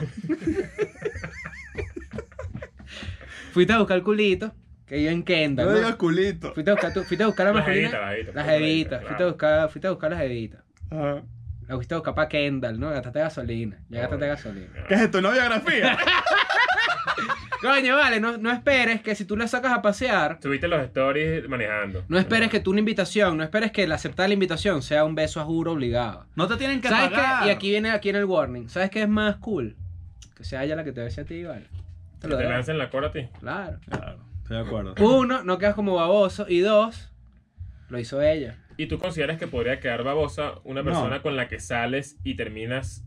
Speaker 4: fuiste a buscar el culito, que vive en Kendall.
Speaker 3: No
Speaker 4: ¿no?
Speaker 3: digas culito.
Speaker 4: Fuiste a buscar, tu- fuiste a buscar la
Speaker 2: Las
Speaker 4: masculina.
Speaker 2: evitas, las evitas,
Speaker 4: Las
Speaker 2: las evitas,
Speaker 4: evitas,
Speaker 2: claro.
Speaker 4: fuiste a buscar, fuiste a buscar las evitas.
Speaker 3: Ajá.
Speaker 4: La fuiste a buscar para Kendall, ¿no? Gastaste gasolina. Ya gastaste
Speaker 2: Pobre.
Speaker 4: gasolina.
Speaker 3: ¿Qué es esto? ¿Una biografía?
Speaker 4: Coño, vale, no, no esperes que si tú la sacas a pasear,
Speaker 2: Subiste los stories manejando.
Speaker 4: no esperes que tú una invitación, no esperes que el aceptar la invitación sea un beso a juro obligado.
Speaker 3: no te tienen que
Speaker 4: ¿Sabes
Speaker 3: pagar.
Speaker 4: qué? Y aquí viene, aquí en el warning. ¿Sabes qué es más cool? Que sea ella la que te bese a ti, ¿vale? Te
Speaker 2: Que
Speaker 4: lo
Speaker 2: te
Speaker 4: dejo.
Speaker 2: lancen la cola a ti.
Speaker 4: Claro.
Speaker 3: Claro, estoy de acuerdo.
Speaker 4: Uno, no quedas como baboso. Y dos, lo hizo ella.
Speaker 2: ¿Y tú consideras que podría quedar babosa una
Speaker 3: No.
Speaker 2: persona con la que sales y terminas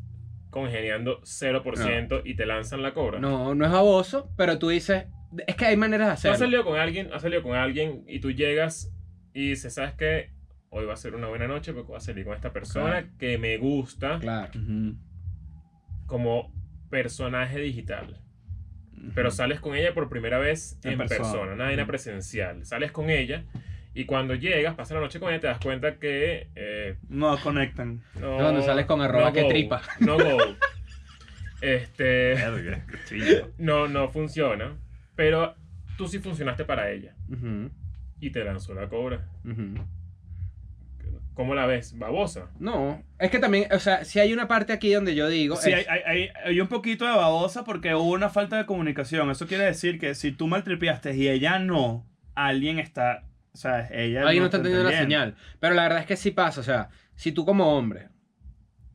Speaker 2: congeniando 0% y te lanzan la cobra?
Speaker 4: No, no es baboso, pero tú dices. Es que hay maneras de
Speaker 2: ¿Tú has
Speaker 4: hacerlo.
Speaker 2: salido con alguien, has salido con alguien y tú llegas y dices, ¿sabes qué? Hoy va a ser una buena noche porque voy a salir con esta persona
Speaker 4: Claro.
Speaker 2: que me gusta
Speaker 4: Claro.
Speaker 3: Ujú.
Speaker 2: como personaje digital. Pero sales con ella por primera vez
Speaker 3: En
Speaker 2: en,
Speaker 3: persona.
Speaker 2: persona, una vaina
Speaker 4: Mm.
Speaker 3: Ujú.
Speaker 2: presencial. Sales con ella y cuando llegas, pasas la noche con ella, te das cuenta que eh,
Speaker 3: No conectan.
Speaker 2: No,
Speaker 4: Cuando sales con arroba que
Speaker 2: go,
Speaker 4: tripa.
Speaker 2: No go. Este,
Speaker 3: Qué
Speaker 2: no, no funciona. Pero tú sí funcionaste para ella.
Speaker 4: Ujú,
Speaker 2: Y te lanzó la cobra.
Speaker 4: ujú.
Speaker 2: ¿Cómo la ves? Babosa.
Speaker 4: No, es que también, o sea, si hay una parte aquí donde yo digo.
Speaker 3: Sí,
Speaker 4: es-
Speaker 3: hay, hay, hay, hay un poquito de babosa porque hubo una falta de comunicación. Eso quiere decir que si tú maltripiaste y ella no, alguien está. O sea, ella.
Speaker 4: Ahí no está entendiendo la señal. Pero la verdad es que sí pasa. O sea, si tú como hombre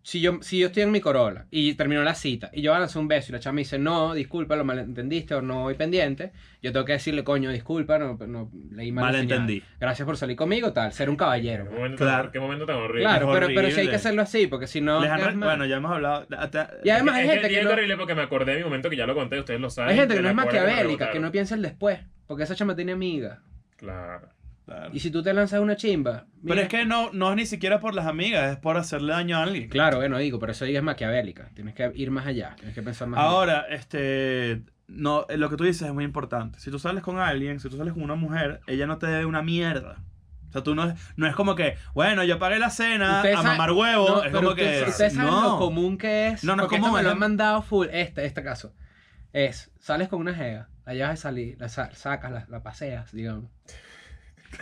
Speaker 4: si yo, si yo estoy en mi Corolla y terminó la cita y yo lanzo un beso y la chama me dice, no, disculpa, lo malentendiste o no voy pendiente, yo tengo que decirle, coño, disculpa, no, no leí mal. la señal.
Speaker 3: Malentendí.
Speaker 4: Gracias por salir conmigo, tal, ser un caballero.
Speaker 2: ¿Qué momento,
Speaker 3: Claro.
Speaker 2: tan, qué momento tan horrible.
Speaker 4: Claro,
Speaker 3: Es
Speaker 4: pero, pero si hay
Speaker 3: horrible.
Speaker 4: que hacerlo así, porque si no.
Speaker 3: Les han
Speaker 4: quedas
Speaker 3: re-
Speaker 4: mal.
Speaker 3: bueno, ya hemos hablado. hasta-
Speaker 4: Y además
Speaker 2: Es,
Speaker 4: hay
Speaker 2: es,
Speaker 4: gente que
Speaker 2: es
Speaker 4: no.
Speaker 2: horrible porque me acordé de mi momento que ya lo conté, ustedes lo saben.
Speaker 4: Hay gente que
Speaker 2: de
Speaker 4: no es
Speaker 2: la cuerda me
Speaker 4: maquiavélica, que no
Speaker 2: rebotaron.
Speaker 4: piensa el después. Porque esa chama tiene amiga.
Speaker 2: Claro.
Speaker 3: Claro.
Speaker 4: Y si tú te lanzas una chimba. mira-
Speaker 3: Pero es que no, no es ni siquiera por las amigas, es por hacerle daño a alguien.
Speaker 4: Claro, bueno, digo, pero eso diga es maquiavélica. Tienes que ir más allá, tienes que pensar más allá.
Speaker 3: Ahora, este, no, eh, lo que tú dices es muy importante. Si tú sales con alguien, si tú sales con una mujer, ella no te debe una mierda. O sea, tú no es, no es como que, bueno, yo pagué la cena
Speaker 4: Ustedes
Speaker 3: a
Speaker 4: saben-
Speaker 3: mamar huevo.
Speaker 4: No,
Speaker 3: es
Speaker 4: pero
Speaker 3: como
Speaker 4: ustedes-
Speaker 3: que.
Speaker 4: Ustedes saben
Speaker 3: no.
Speaker 4: lo común que es.
Speaker 3: No, no es
Speaker 4: porque esto
Speaker 3: común,
Speaker 4: me lo
Speaker 3: es-
Speaker 4: han mandado full. Este, este caso. Es, sales con una jeva, la llevas a salir, la sa- sacas, la, la paseas, digamos.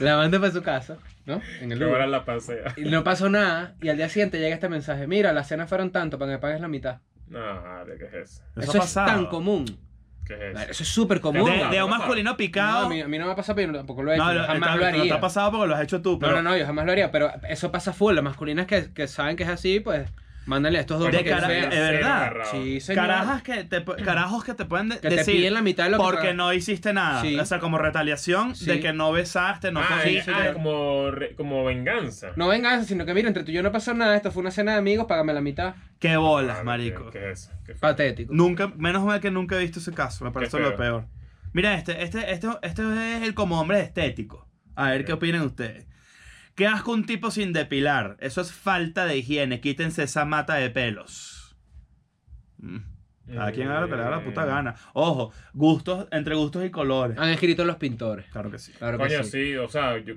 Speaker 4: la mandas para su casa, ¿no? En el
Speaker 2: Que
Speaker 4: Uber.
Speaker 2: ahora la pasea.
Speaker 4: Y no pasó nada. Y al día siguiente llega este mensaje. Mira, las cenas fueron tanto para que me pagues la mitad.
Speaker 2: No, ¿de qué es eso?
Speaker 3: Eso,
Speaker 4: Eso,
Speaker 3: ha
Speaker 4: es tan
Speaker 3: pasado.
Speaker 4: común.
Speaker 2: ¿Qué es eso?
Speaker 4: Eso es súper común.
Speaker 3: De, de
Speaker 2: No,
Speaker 3: un
Speaker 2: no,
Speaker 3: masculino
Speaker 4: No,
Speaker 3: picado.
Speaker 4: a, mí, a mí no me ha pasado, pero yo tampoco lo he hecho.
Speaker 3: No,
Speaker 4: yo
Speaker 3: lo-
Speaker 4: jamás lo
Speaker 3: claro, no te
Speaker 4: haría.
Speaker 3: ha pasado porque lo has hecho tú. Pero
Speaker 4: No, no, no, yo jamás lo haría. Pero eso pasa full. Las masculinas que, que saben que es así, pues mándale a estos dos.
Speaker 3: De
Speaker 4: para que
Speaker 3: cara- eh,
Speaker 4: sean.
Speaker 3: es verdad.
Speaker 2: Agarrado.
Speaker 4: Sí, señor. Mm.
Speaker 3: Carajas que te, pu- carajos que te pueden de-
Speaker 4: que te
Speaker 3: decir
Speaker 4: piden la mitad de lo que
Speaker 3: porque
Speaker 4: pagas.
Speaker 3: no hiciste nada.
Speaker 4: Sí.
Speaker 3: O sea, como retaliación
Speaker 4: Sí.
Speaker 3: de que no besaste, no
Speaker 2: ah,
Speaker 3: cogiste.
Speaker 2: eh, ah, como, re- como venganza.
Speaker 4: No venganza, sino que mira, entre tú y yo no pasó nada. Esto fue una cena de amigos, págame la mitad.
Speaker 3: Qué
Speaker 4: Ah,
Speaker 2: Claro,
Speaker 3: bolas,
Speaker 2: ¿qué-
Speaker 3: marico.
Speaker 2: ¿Qué es Ah, eso? ¿Qué fue?
Speaker 4: Patético.
Speaker 3: Nunca, menos mal que nunca he visto ese caso, me parece
Speaker 2: feo.
Speaker 3: lo peor. Mira, este, este, este, este es el como hombre estético. A ver qué
Speaker 2: Ok.
Speaker 3: opinan ustedes. ¿Qué asco un tipo sin depilar? Eso es falta de higiene. Quítense esa mata de pelos. Mm, Cada quien haga lo que le da la
Speaker 2: Eh.
Speaker 3: puta gana. Ojo, gustos, entre gustos y colores.
Speaker 2: Ah.
Speaker 4: Han escrito los pintores.
Speaker 3: Claro que sí.
Speaker 4: Claro que
Speaker 2: Coño,
Speaker 4: sí.
Speaker 2: sí. o sea, yo.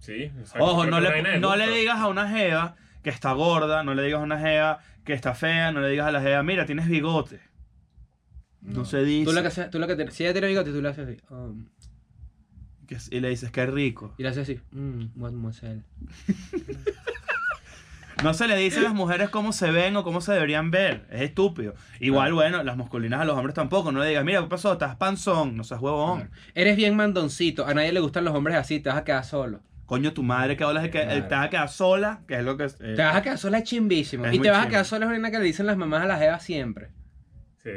Speaker 2: Sí. o sea,
Speaker 3: Ojo,
Speaker 2: creo
Speaker 3: no
Speaker 2: que vaina
Speaker 3: le,
Speaker 2: de
Speaker 3: no le
Speaker 2: gusto.
Speaker 3: digas a una jeva que está gorda, no le digas a una jeva que está fea, no le digas a la jeva, mira, tienes bigote. No, se dice.
Speaker 4: Tú lo que haces, tú lo que te, si ella tiene bigote, tú le haces así. um,
Speaker 3: Que- y le dices, qué rico.
Speaker 4: y le haces así. Mmm, mademoiselle.
Speaker 3: No se le dice a las mujeres cómo se ven o cómo se deberían ver. Es estúpido. Igual, bueno, las masculinas a los hombres tampoco. No le digas, mira, ¿qué pasó? Estás panzón, no seas huevón.
Speaker 4: Claro. Eres bien mandoncito. A nadie le gustan los hombres así. Te vas a quedar solo.
Speaker 3: Coño, tu madre, que hablas de que el
Speaker 4: Claro.
Speaker 3: te vas a quedar sola, que es lo que. eh,
Speaker 4: Te vas a quedar sola es chimbísimo.
Speaker 3: Es
Speaker 4: y
Speaker 3: muy
Speaker 4: te vas a
Speaker 3: chimbo.
Speaker 4: quedar sola es una vaina que le dicen las mamás a las Evas siempre.
Speaker 2: Sí,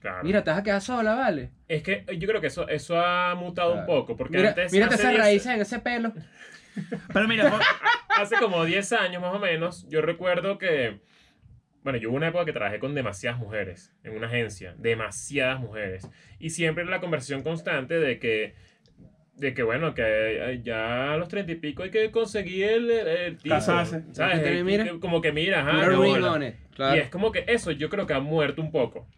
Speaker 2: claro.
Speaker 4: Mira, te vas a quedar sola, ¿vale?
Speaker 2: Es que yo creo que eso, eso ha mutado un
Speaker 4: Claro.
Speaker 2: poco. Porque
Speaker 4: Mira,
Speaker 2: antes.
Speaker 4: mírate
Speaker 2: hace
Speaker 4: esas
Speaker 2: 10
Speaker 4: raíces en ese pelo.
Speaker 3: Pero mira, eh, por-
Speaker 2: hace como 10 años más o menos, yo recuerdo que, bueno, yo hubo una época que trabajé con demasiadas mujeres en una agencia, demasiadas mujeres. Y siempre era la conversación constante de que, de que bueno, que eh, ya a los 30 y pico hay que conseguir el, el, el tipo,
Speaker 3: Casarse.
Speaker 2: ¿sabes?
Speaker 4: Gente,
Speaker 2: El-
Speaker 4: mira.
Speaker 2: Como que mira, ajá,
Speaker 4: Puro
Speaker 2: qué
Speaker 4: ring
Speaker 2: bola.
Speaker 4: on it, Claro.
Speaker 2: Y es como que eso yo creo que ha muerto un poco.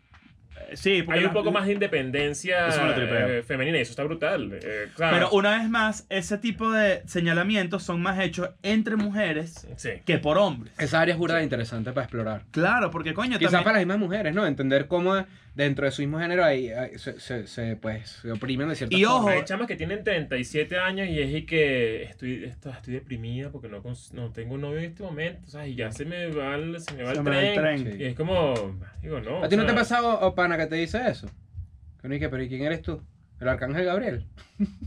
Speaker 3: sí, porque
Speaker 2: Hay un
Speaker 3: las-
Speaker 2: poco más de independencia
Speaker 3: Eso me lo tripeo.
Speaker 2: eh, femenina y eso está brutal. eh, claro.
Speaker 3: Pero una vez más, ese tipo de señalamientos son más hechos entre mujeres
Speaker 2: Sí.
Speaker 3: que por hombres.
Speaker 4: Esa área es burda de interesante para explorar.
Speaker 3: Claro, porque coño,
Speaker 4: Quizás
Speaker 3: también-
Speaker 4: para las mismas mujeres, ¿no? Entender cómo dentro de su mismo género ahí, ahí se, se, se, pues, se oprimen de cierta
Speaker 3: Y ojo,
Speaker 4: forma.
Speaker 2: Hay chamas que tienen 37 años y es y que estoy, esto- estoy deprimida porque no, cons- no tengo novio en este momento, ¿sabes? Y ya se me va el, se me va
Speaker 3: Se
Speaker 2: el
Speaker 3: me va
Speaker 2: tren.
Speaker 3: el tren.
Speaker 4: Sí.
Speaker 2: Y es como, digo, no.
Speaker 4: ¿A ti
Speaker 2: o
Speaker 4: no
Speaker 2: sea,
Speaker 4: te ha pasado, oh, pana, que te dice eso? Que uno dice, pero ¿y quién eres tú? ¿El arcángel Gabriel?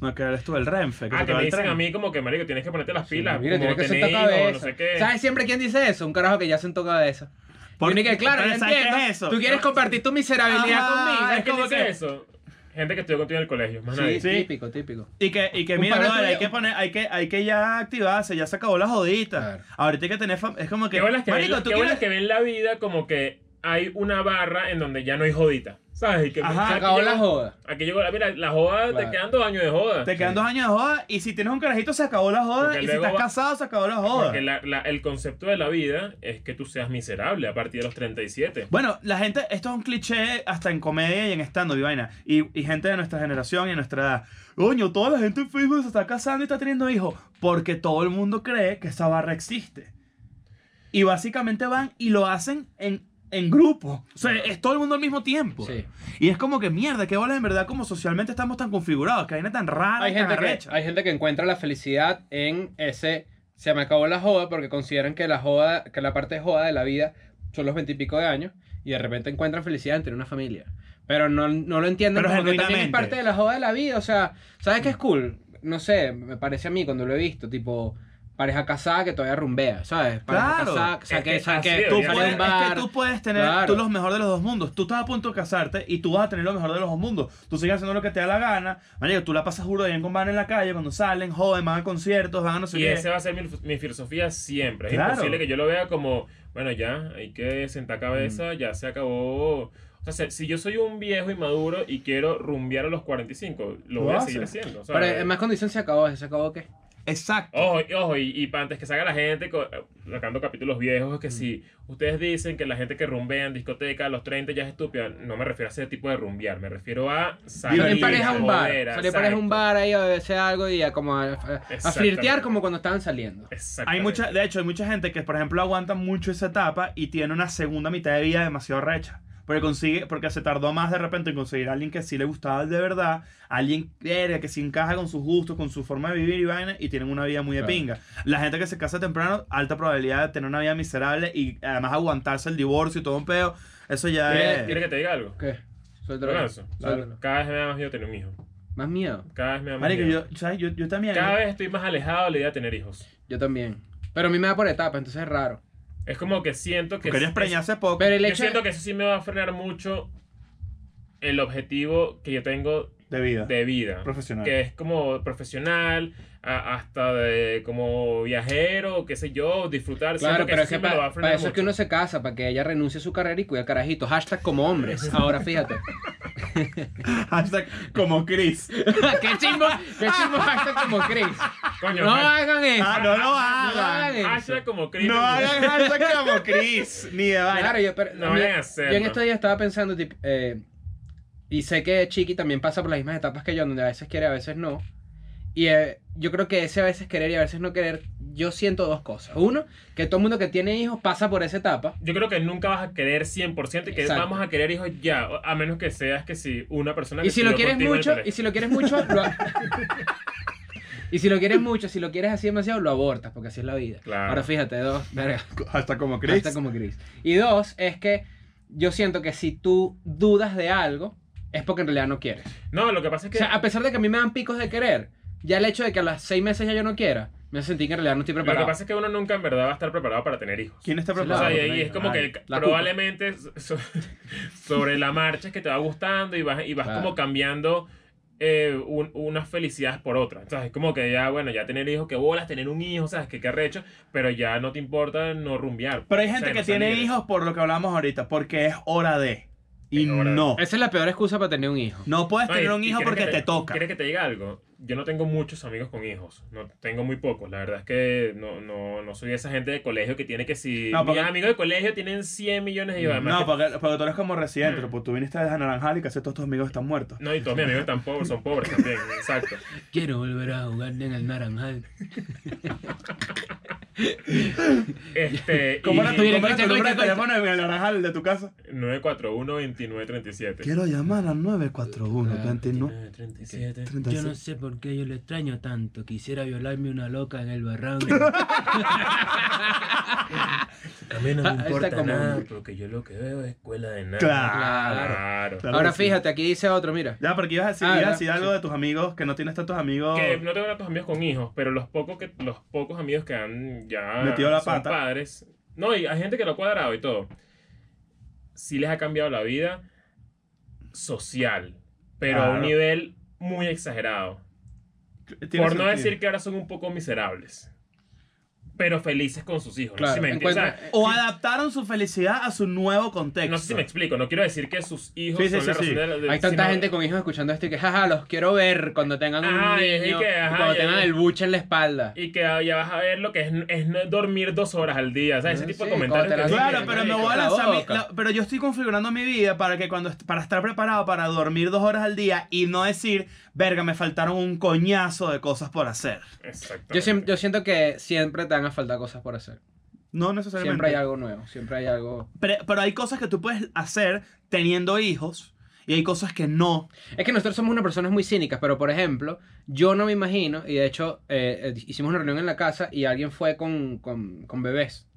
Speaker 3: No, que eres tú el renfe. Que
Speaker 2: Ah,
Speaker 3: se te
Speaker 2: que
Speaker 3: va
Speaker 2: me
Speaker 3: el
Speaker 2: dicen
Speaker 3: tren.
Speaker 2: a mí como que, marico, tienes que ponerte las
Speaker 4: Sí,
Speaker 2: pilas.
Speaker 4: mira,
Speaker 2: como
Speaker 4: tienes que
Speaker 2: tener
Speaker 4: sentar
Speaker 2: hijos,
Speaker 4: cabeza.
Speaker 2: no sé qué.
Speaker 4: ¿Sabes siempre quién dice eso? Un carajo que ya sentó cabeza.
Speaker 3: Por-
Speaker 4: Porque, que, claro,
Speaker 3: pero
Speaker 4: yo
Speaker 3: ¿sabes qué
Speaker 4: entiendo.
Speaker 3: es eso?
Speaker 4: Tú quieres compartir tu miserabilidad
Speaker 3: Ajá,
Speaker 4: conmigo.
Speaker 2: ¿Sabes
Speaker 3: es
Speaker 2: quién
Speaker 3: como
Speaker 2: dice
Speaker 3: que-
Speaker 2: eso? Gente que estudió contigo en el colegio, más
Speaker 4: Sí,
Speaker 2: nadie.
Speaker 3: Sí.
Speaker 4: típico, típico.
Speaker 3: Y que, y que
Speaker 4: Un
Speaker 3: mira,
Speaker 4: pana
Speaker 3: brother, hay
Speaker 4: tuyo-
Speaker 3: que poner, hay que, hay que ya activarse, ya se acabó la jodita.
Speaker 4: Claro.
Speaker 3: Ahorita hay que tener fam- Es como que.
Speaker 2: Qué buenas que,
Speaker 3: Marico,
Speaker 2: ven,
Speaker 3: tú
Speaker 2: qué bolas
Speaker 3: quieres-
Speaker 2: que ven la vida como que hay una barra en donde ya no hay jodita. ¿Sabes? Y que,
Speaker 3: Ajá,
Speaker 2: aquí
Speaker 4: Se acabó la
Speaker 2: llegó-
Speaker 4: joda.
Speaker 2: Aquí llegó la, mira, la joda,
Speaker 4: Claro.
Speaker 2: te quedan dos años de joda.
Speaker 3: Te quedan dos años de joda y si tienes un carajito se acabó la joda
Speaker 2: Porque
Speaker 3: y si
Speaker 2: luego
Speaker 3: estás
Speaker 2: va-
Speaker 3: casado se acabó la joda.
Speaker 2: Porque la- la- el concepto de la vida es que tú seas miserable a partir de los 37.
Speaker 3: Bueno, la gente, esto es un cliché hasta en comedia y en stand-up y vaina. Y, y gente de nuestra generación y de nuestra edad. Coño, toda la gente en Facebook se está casando y está teniendo hijos. Porque todo el mundo cree que esa barra existe. Y básicamente van y lo hacen en, en grupo. O sea, es todo el mundo al mismo tiempo.
Speaker 4: Sí.
Speaker 3: Y es como que mierda, qué bola en verdad, como socialmente estamos tan configurados, que vaina tan rara,
Speaker 4: Hay
Speaker 3: Ah, y tan
Speaker 4: gente, que,
Speaker 3: arrecha.
Speaker 4: hay gente que encuentra la felicidad en ese se me acabó la joda porque consideran que la joda, que la parte joda de la vida son los veintipico de años y de repente encuentran felicidad en tener una familia. Pero no, no lo entienden
Speaker 3: Pero
Speaker 4: como que también es
Speaker 3: genuinamente.
Speaker 4: parte de la joda de la vida. O sea, ¿sabes qué es cool? No sé, me parece a mí cuando lo he visto, tipo pareja casada que todavía rumbea, ¿sabes? Pareja
Speaker 3: Claro.
Speaker 4: casada, o sea,
Speaker 2: Es
Speaker 4: que,
Speaker 2: que
Speaker 4: o sea, que
Speaker 2: así
Speaker 4: tú
Speaker 2: debería
Speaker 4: sales
Speaker 2: ser.
Speaker 4: de
Speaker 3: Puedes-
Speaker 4: un
Speaker 3: es
Speaker 4: bar.
Speaker 3: que tú puedes tener
Speaker 4: claro.
Speaker 3: tú los mejores de los dos mundos. Tú estás a punto de casarte y tú vas a tener lo mejor de los dos mundos. Tú sigues haciendo lo que te da la gana. Marico, tú la pasas juro bien con van en la calle cuando salen, joden, van a conciertos, van a no sé
Speaker 2: Y
Speaker 3: qué.
Speaker 2: esa va a ser mi, mi filosofía siempre.
Speaker 3: Claro.
Speaker 2: Es imposible que yo lo vea como, bueno, ya, hay que sentar cabeza,
Speaker 4: Mm.
Speaker 2: ya se acabó. O sea, si- si yo soy un viejo inmaduro y quiero rumbear a los 45, lo
Speaker 3: Lo
Speaker 2: voy a
Speaker 3: haces.
Speaker 2: seguir haciendo. ¿sabes?
Speaker 4: Pero además cuando dicen se acabó, ¿se acabó qué?
Speaker 3: Exacto.
Speaker 2: Ojo, y- ojo, y, y para antes que salga la gente, co- sacando capítulos viejos,
Speaker 4: Mm.
Speaker 2: que si ustedes dicen que la gente que rumbea en discoteca a los 30 ya es estúpida, no me refiero a ese tipo de rumbear, me refiero a salir
Speaker 4: Salir en pareja a un bar.
Speaker 2: joder,
Speaker 4: Salir en pareja a un
Speaker 2: exacto.
Speaker 4: bar ahí a beberse algo y a como a, a- a flirtear
Speaker 2: Exactamente.
Speaker 4: como cuando estaban saliendo.
Speaker 2: Exactamente.
Speaker 3: Hay mucha, de hecho, hay mucha gente que, por ejemplo, aguanta mucho esa etapa y tiene una segunda mitad de vida demasiado recha. Porque consigue, porque se tardó más de repente en conseguir a alguien que sí le gustaba de verdad, alguien verga, que sí encaja con sus gustos, con su forma de vivir y vaina, y tienen una vida muy de
Speaker 4: Claro.
Speaker 3: pinga. La gente que se casa temprano, alta probabilidad de tener una vida miserable y además aguantarse el divorcio y todo un peo. Eso ya
Speaker 4: Mira,
Speaker 3: es.
Speaker 2: ¿Quieres que te diga algo?
Speaker 4: ¿Qué? Suéltalo.
Speaker 2: Lorenzo,
Speaker 4: Suéltalo.
Speaker 2: Cada vez me da más miedo tener un hijo.
Speaker 4: Más miedo.
Speaker 2: Cada vez me da más
Speaker 3: Marico,
Speaker 2: miedo.
Speaker 3: yo, ¿sabes? Yo, yo también.
Speaker 2: Cada vez estoy más alejado de la idea de tener hijos.
Speaker 4: Yo también. Pero a mí me da por etapas, entonces es raro.
Speaker 2: Es como que siento que.
Speaker 3: Querías preñarse poco.
Speaker 4: Pero el
Speaker 2: Yo
Speaker 4: hecho
Speaker 2: siento que eso sí me va a frenar mucho el objetivo que yo tengo
Speaker 3: de vida.
Speaker 2: de vida.
Speaker 3: profesional.
Speaker 2: Que es como profesional, a- hasta de como viajero, qué sé yo, disfrutar.
Speaker 4: Claro,
Speaker 2: Siento
Speaker 4: pero es
Speaker 2: eso
Speaker 4: que
Speaker 2: sí me lo va
Speaker 4: para,
Speaker 2: a frenar
Speaker 4: eso es que
Speaker 2: mucho.
Speaker 4: uno se casa, para que ella renuncie a su carrera y cuida el carajito. Hashtag como hombres. Ahora fíjate.
Speaker 3: Hashtag como Chris.
Speaker 4: qué chimbo, qué chimbo hashtag como Chris.
Speaker 2: Coño,
Speaker 4: No
Speaker 2: hashtag-
Speaker 4: hagan eso.
Speaker 3: Ah, no lo
Speaker 4: No lo
Speaker 3: hagan.
Speaker 4: hagan. eso.
Speaker 2: hashtag como Chris.
Speaker 3: No hagan hashtag como Chris. Ni de vaina.
Speaker 4: Claro, yo, pero,
Speaker 2: Ah, No
Speaker 4: yo-
Speaker 2: vayan a
Speaker 4: Yo
Speaker 2: hacerlo.
Speaker 4: en estos días estaba pensando, tip- eh, y sé que Chiqui también pasa por las mismas etapas que yo, donde a veces quiere, a veces no. Y eh, yo creo que ese a veces querer y a veces no querer, yo siento dos cosas. Uno, que todo el mundo que tiene hijos pasa por esa etapa.
Speaker 2: Yo creo que nunca vas a querer 100% y que
Speaker 4: Exacto.
Speaker 2: vamos a querer hijos ya, a menos que seas que si una persona que
Speaker 4: Y si
Speaker 2: sí
Speaker 4: lo quieres
Speaker 2: cultiva el
Speaker 4: mucho,
Speaker 2: colegio.
Speaker 4: y si lo quieres mucho, lo a- Y si lo quieres mucho, si lo quieres así demasiado, lo abortas, porque así es la vida.
Speaker 2: Claro.
Speaker 4: Ahora fíjate, dos, verga.
Speaker 3: Hashtag como Chris.
Speaker 4: Hasta como Chris. Y dos, es que yo siento que si tú dudas de algo, es porque en realidad no quieres.
Speaker 2: No, lo que pasa es
Speaker 4: O
Speaker 2: que
Speaker 4: sea, a pesar de que a mí me dan picos de querer, ya el hecho de que a las seis meses ya yo no quiera, me hace sentir que en realidad no estoy
Speaker 2: lo que
Speaker 4: preparado.
Speaker 2: pasa es que uno nunca en verdad va a estar preparado para tener hijos.
Speaker 3: ¿Quién está
Speaker 4: Sí,
Speaker 2: O
Speaker 3: preparado?
Speaker 2: sea,
Speaker 4: Claro,
Speaker 2: y ahí
Speaker 3: Nadie.
Speaker 2: es como
Speaker 3: Nadie.
Speaker 2: que
Speaker 4: la
Speaker 2: probablemente so- sobre la marcha es que te va gustando y vas, y vas
Speaker 4: Claro.
Speaker 2: como cambiando eh, un- unas felicidades por otras. O sea, es como que ya, bueno, ya tener hijos, que bolas, tener un hijo, ¿sabes? Que qué arrecho, pero ya no te importa no rumbear.
Speaker 3: Pero hay
Speaker 2: O sea,
Speaker 3: gente que
Speaker 2: no salir.
Speaker 3: tiene hijos por lo que hablamos ahorita, porque es hora de. Y
Speaker 2: Es hora de.
Speaker 3: no.
Speaker 4: Esa es la peor excusa para tener un hijo.
Speaker 3: No puedes
Speaker 2: No, y-
Speaker 3: tener un
Speaker 2: y
Speaker 3: hijo
Speaker 2: ¿quieres
Speaker 3: porque
Speaker 2: que
Speaker 3: te toca.
Speaker 2: ¿Quieres que te diga algo? Yo no tengo muchos amigos con hijos. No, tengo muy pocos. La verdad es que no, no, no soy esa gente de colegio que tiene que si...
Speaker 3: No, porque-
Speaker 2: Mis amigos de colegio tienen 100 millones de hijos. además
Speaker 3: No,
Speaker 2: que-
Speaker 3: porque, porque tú eres como residente,
Speaker 2: Mm.
Speaker 3: pues tú viniste desde Naranjal y casi todos tus amigos están muertos.
Speaker 2: no, y todos mis amigos están pobres, son pobres también. Exacto.
Speaker 4: Quiero volver a jugar en el naranjal.
Speaker 2: Este,
Speaker 3: ¿Cómo
Speaker 2: y-
Speaker 3: era tu,
Speaker 4: Mira,
Speaker 3: cómo era tu
Speaker 4: escucha,
Speaker 3: número de
Speaker 4: escucha,
Speaker 3: teléfono en el Naranjal de tu casa?
Speaker 2: 941-2937.
Speaker 3: Quiero llamar al 941
Speaker 4: Claro,
Speaker 3: 29
Speaker 4: Ah,
Speaker 2: 2937.
Speaker 3: 36.
Speaker 4: sé por qué yo le extraño tanto. Quisiera violarme una loca en el barranco.
Speaker 2: A mí no
Speaker 4: Ah,
Speaker 2: me
Speaker 4: está
Speaker 2: importa
Speaker 4: como-
Speaker 2: nada, porque yo lo que veo es escuela de nada.
Speaker 3: Claro.
Speaker 2: Claro.
Speaker 3: Claro
Speaker 4: Ahora
Speaker 3: que sí.
Speaker 4: fíjate, aquí dice otro, mira.
Speaker 3: Ya, porque ibas a decir,
Speaker 4: Ah,
Speaker 3: ibas a
Speaker 4: ya,
Speaker 3: decir algo de tus amigos, que no tienes tantos amigos.
Speaker 2: Que no tengo tantos amigos con hijos, pero los pocos que los pocos amigos que han ya
Speaker 3: Metido la
Speaker 2: son
Speaker 3: pata.
Speaker 2: padres. No, y hay gente que lo ha cuadrado y todo. Sí les ha cambiado la vida social, pero a un
Speaker 3: Claro.
Speaker 2: nivel muy exagerado.
Speaker 3: Tiene
Speaker 2: Por no
Speaker 3: sentido.
Speaker 2: decir que ahora son un poco miserables, pero felices con sus hijos. no sé si
Speaker 4: Claro,
Speaker 2: me entiendes.
Speaker 4: encuentra-
Speaker 2: O sea,
Speaker 3: O adaptaron su felicidad a su nuevo contexto.
Speaker 2: No sé si me explico, no quiero decir que sus hijos
Speaker 3: Sí,
Speaker 2: son
Speaker 3: sí,
Speaker 2: la
Speaker 3: sí,
Speaker 2: razón
Speaker 3: sí.
Speaker 2: de la- de-
Speaker 4: Hay tanta
Speaker 2: sino-
Speaker 4: gente con hijos escuchando esto y que, jaja, los quiero ver cuando tengan un
Speaker 2: Ajá, y- y
Speaker 4: niño,
Speaker 2: que, ajá,
Speaker 4: cuando
Speaker 2: y-
Speaker 4: tengan
Speaker 2: y-
Speaker 4: el buche en la espalda.
Speaker 2: Y que ah, ya vas a ver lo que es, es no dormir dos horas al día, ¿sabes? Ese
Speaker 4: Ah,
Speaker 2: tipo
Speaker 4: sí,
Speaker 2: de comentarios.
Speaker 4: cuando te
Speaker 2: que
Speaker 4: la-
Speaker 3: Claro,
Speaker 4: Sí,
Speaker 3: pero me
Speaker 4: marico,
Speaker 3: voy a
Speaker 4: la
Speaker 3: lanzar mi-
Speaker 4: boca.
Speaker 3: la- pero yo estoy configurando mi vida para que cuando est- para estar preparado para dormir dos horas al día y no decir, verga, me faltaron un coñazo de cosas por hacer.
Speaker 2: Exacto.
Speaker 4: Yo, siem- yo siento que siempre te van a faltar cosas por hacer.
Speaker 3: No necesariamente.
Speaker 4: Siempre hay algo nuevo, siempre hay algo...
Speaker 3: Pero, pero hay cosas que tú puedes hacer teniendo hijos y hay cosas que no.
Speaker 4: Es que nosotros somos unas personas muy cínicas, pero por ejemplo, yo no me imagino, y de hecho eh, eh, hicimos una reunión en la casa y alguien fue con, con, con bebés.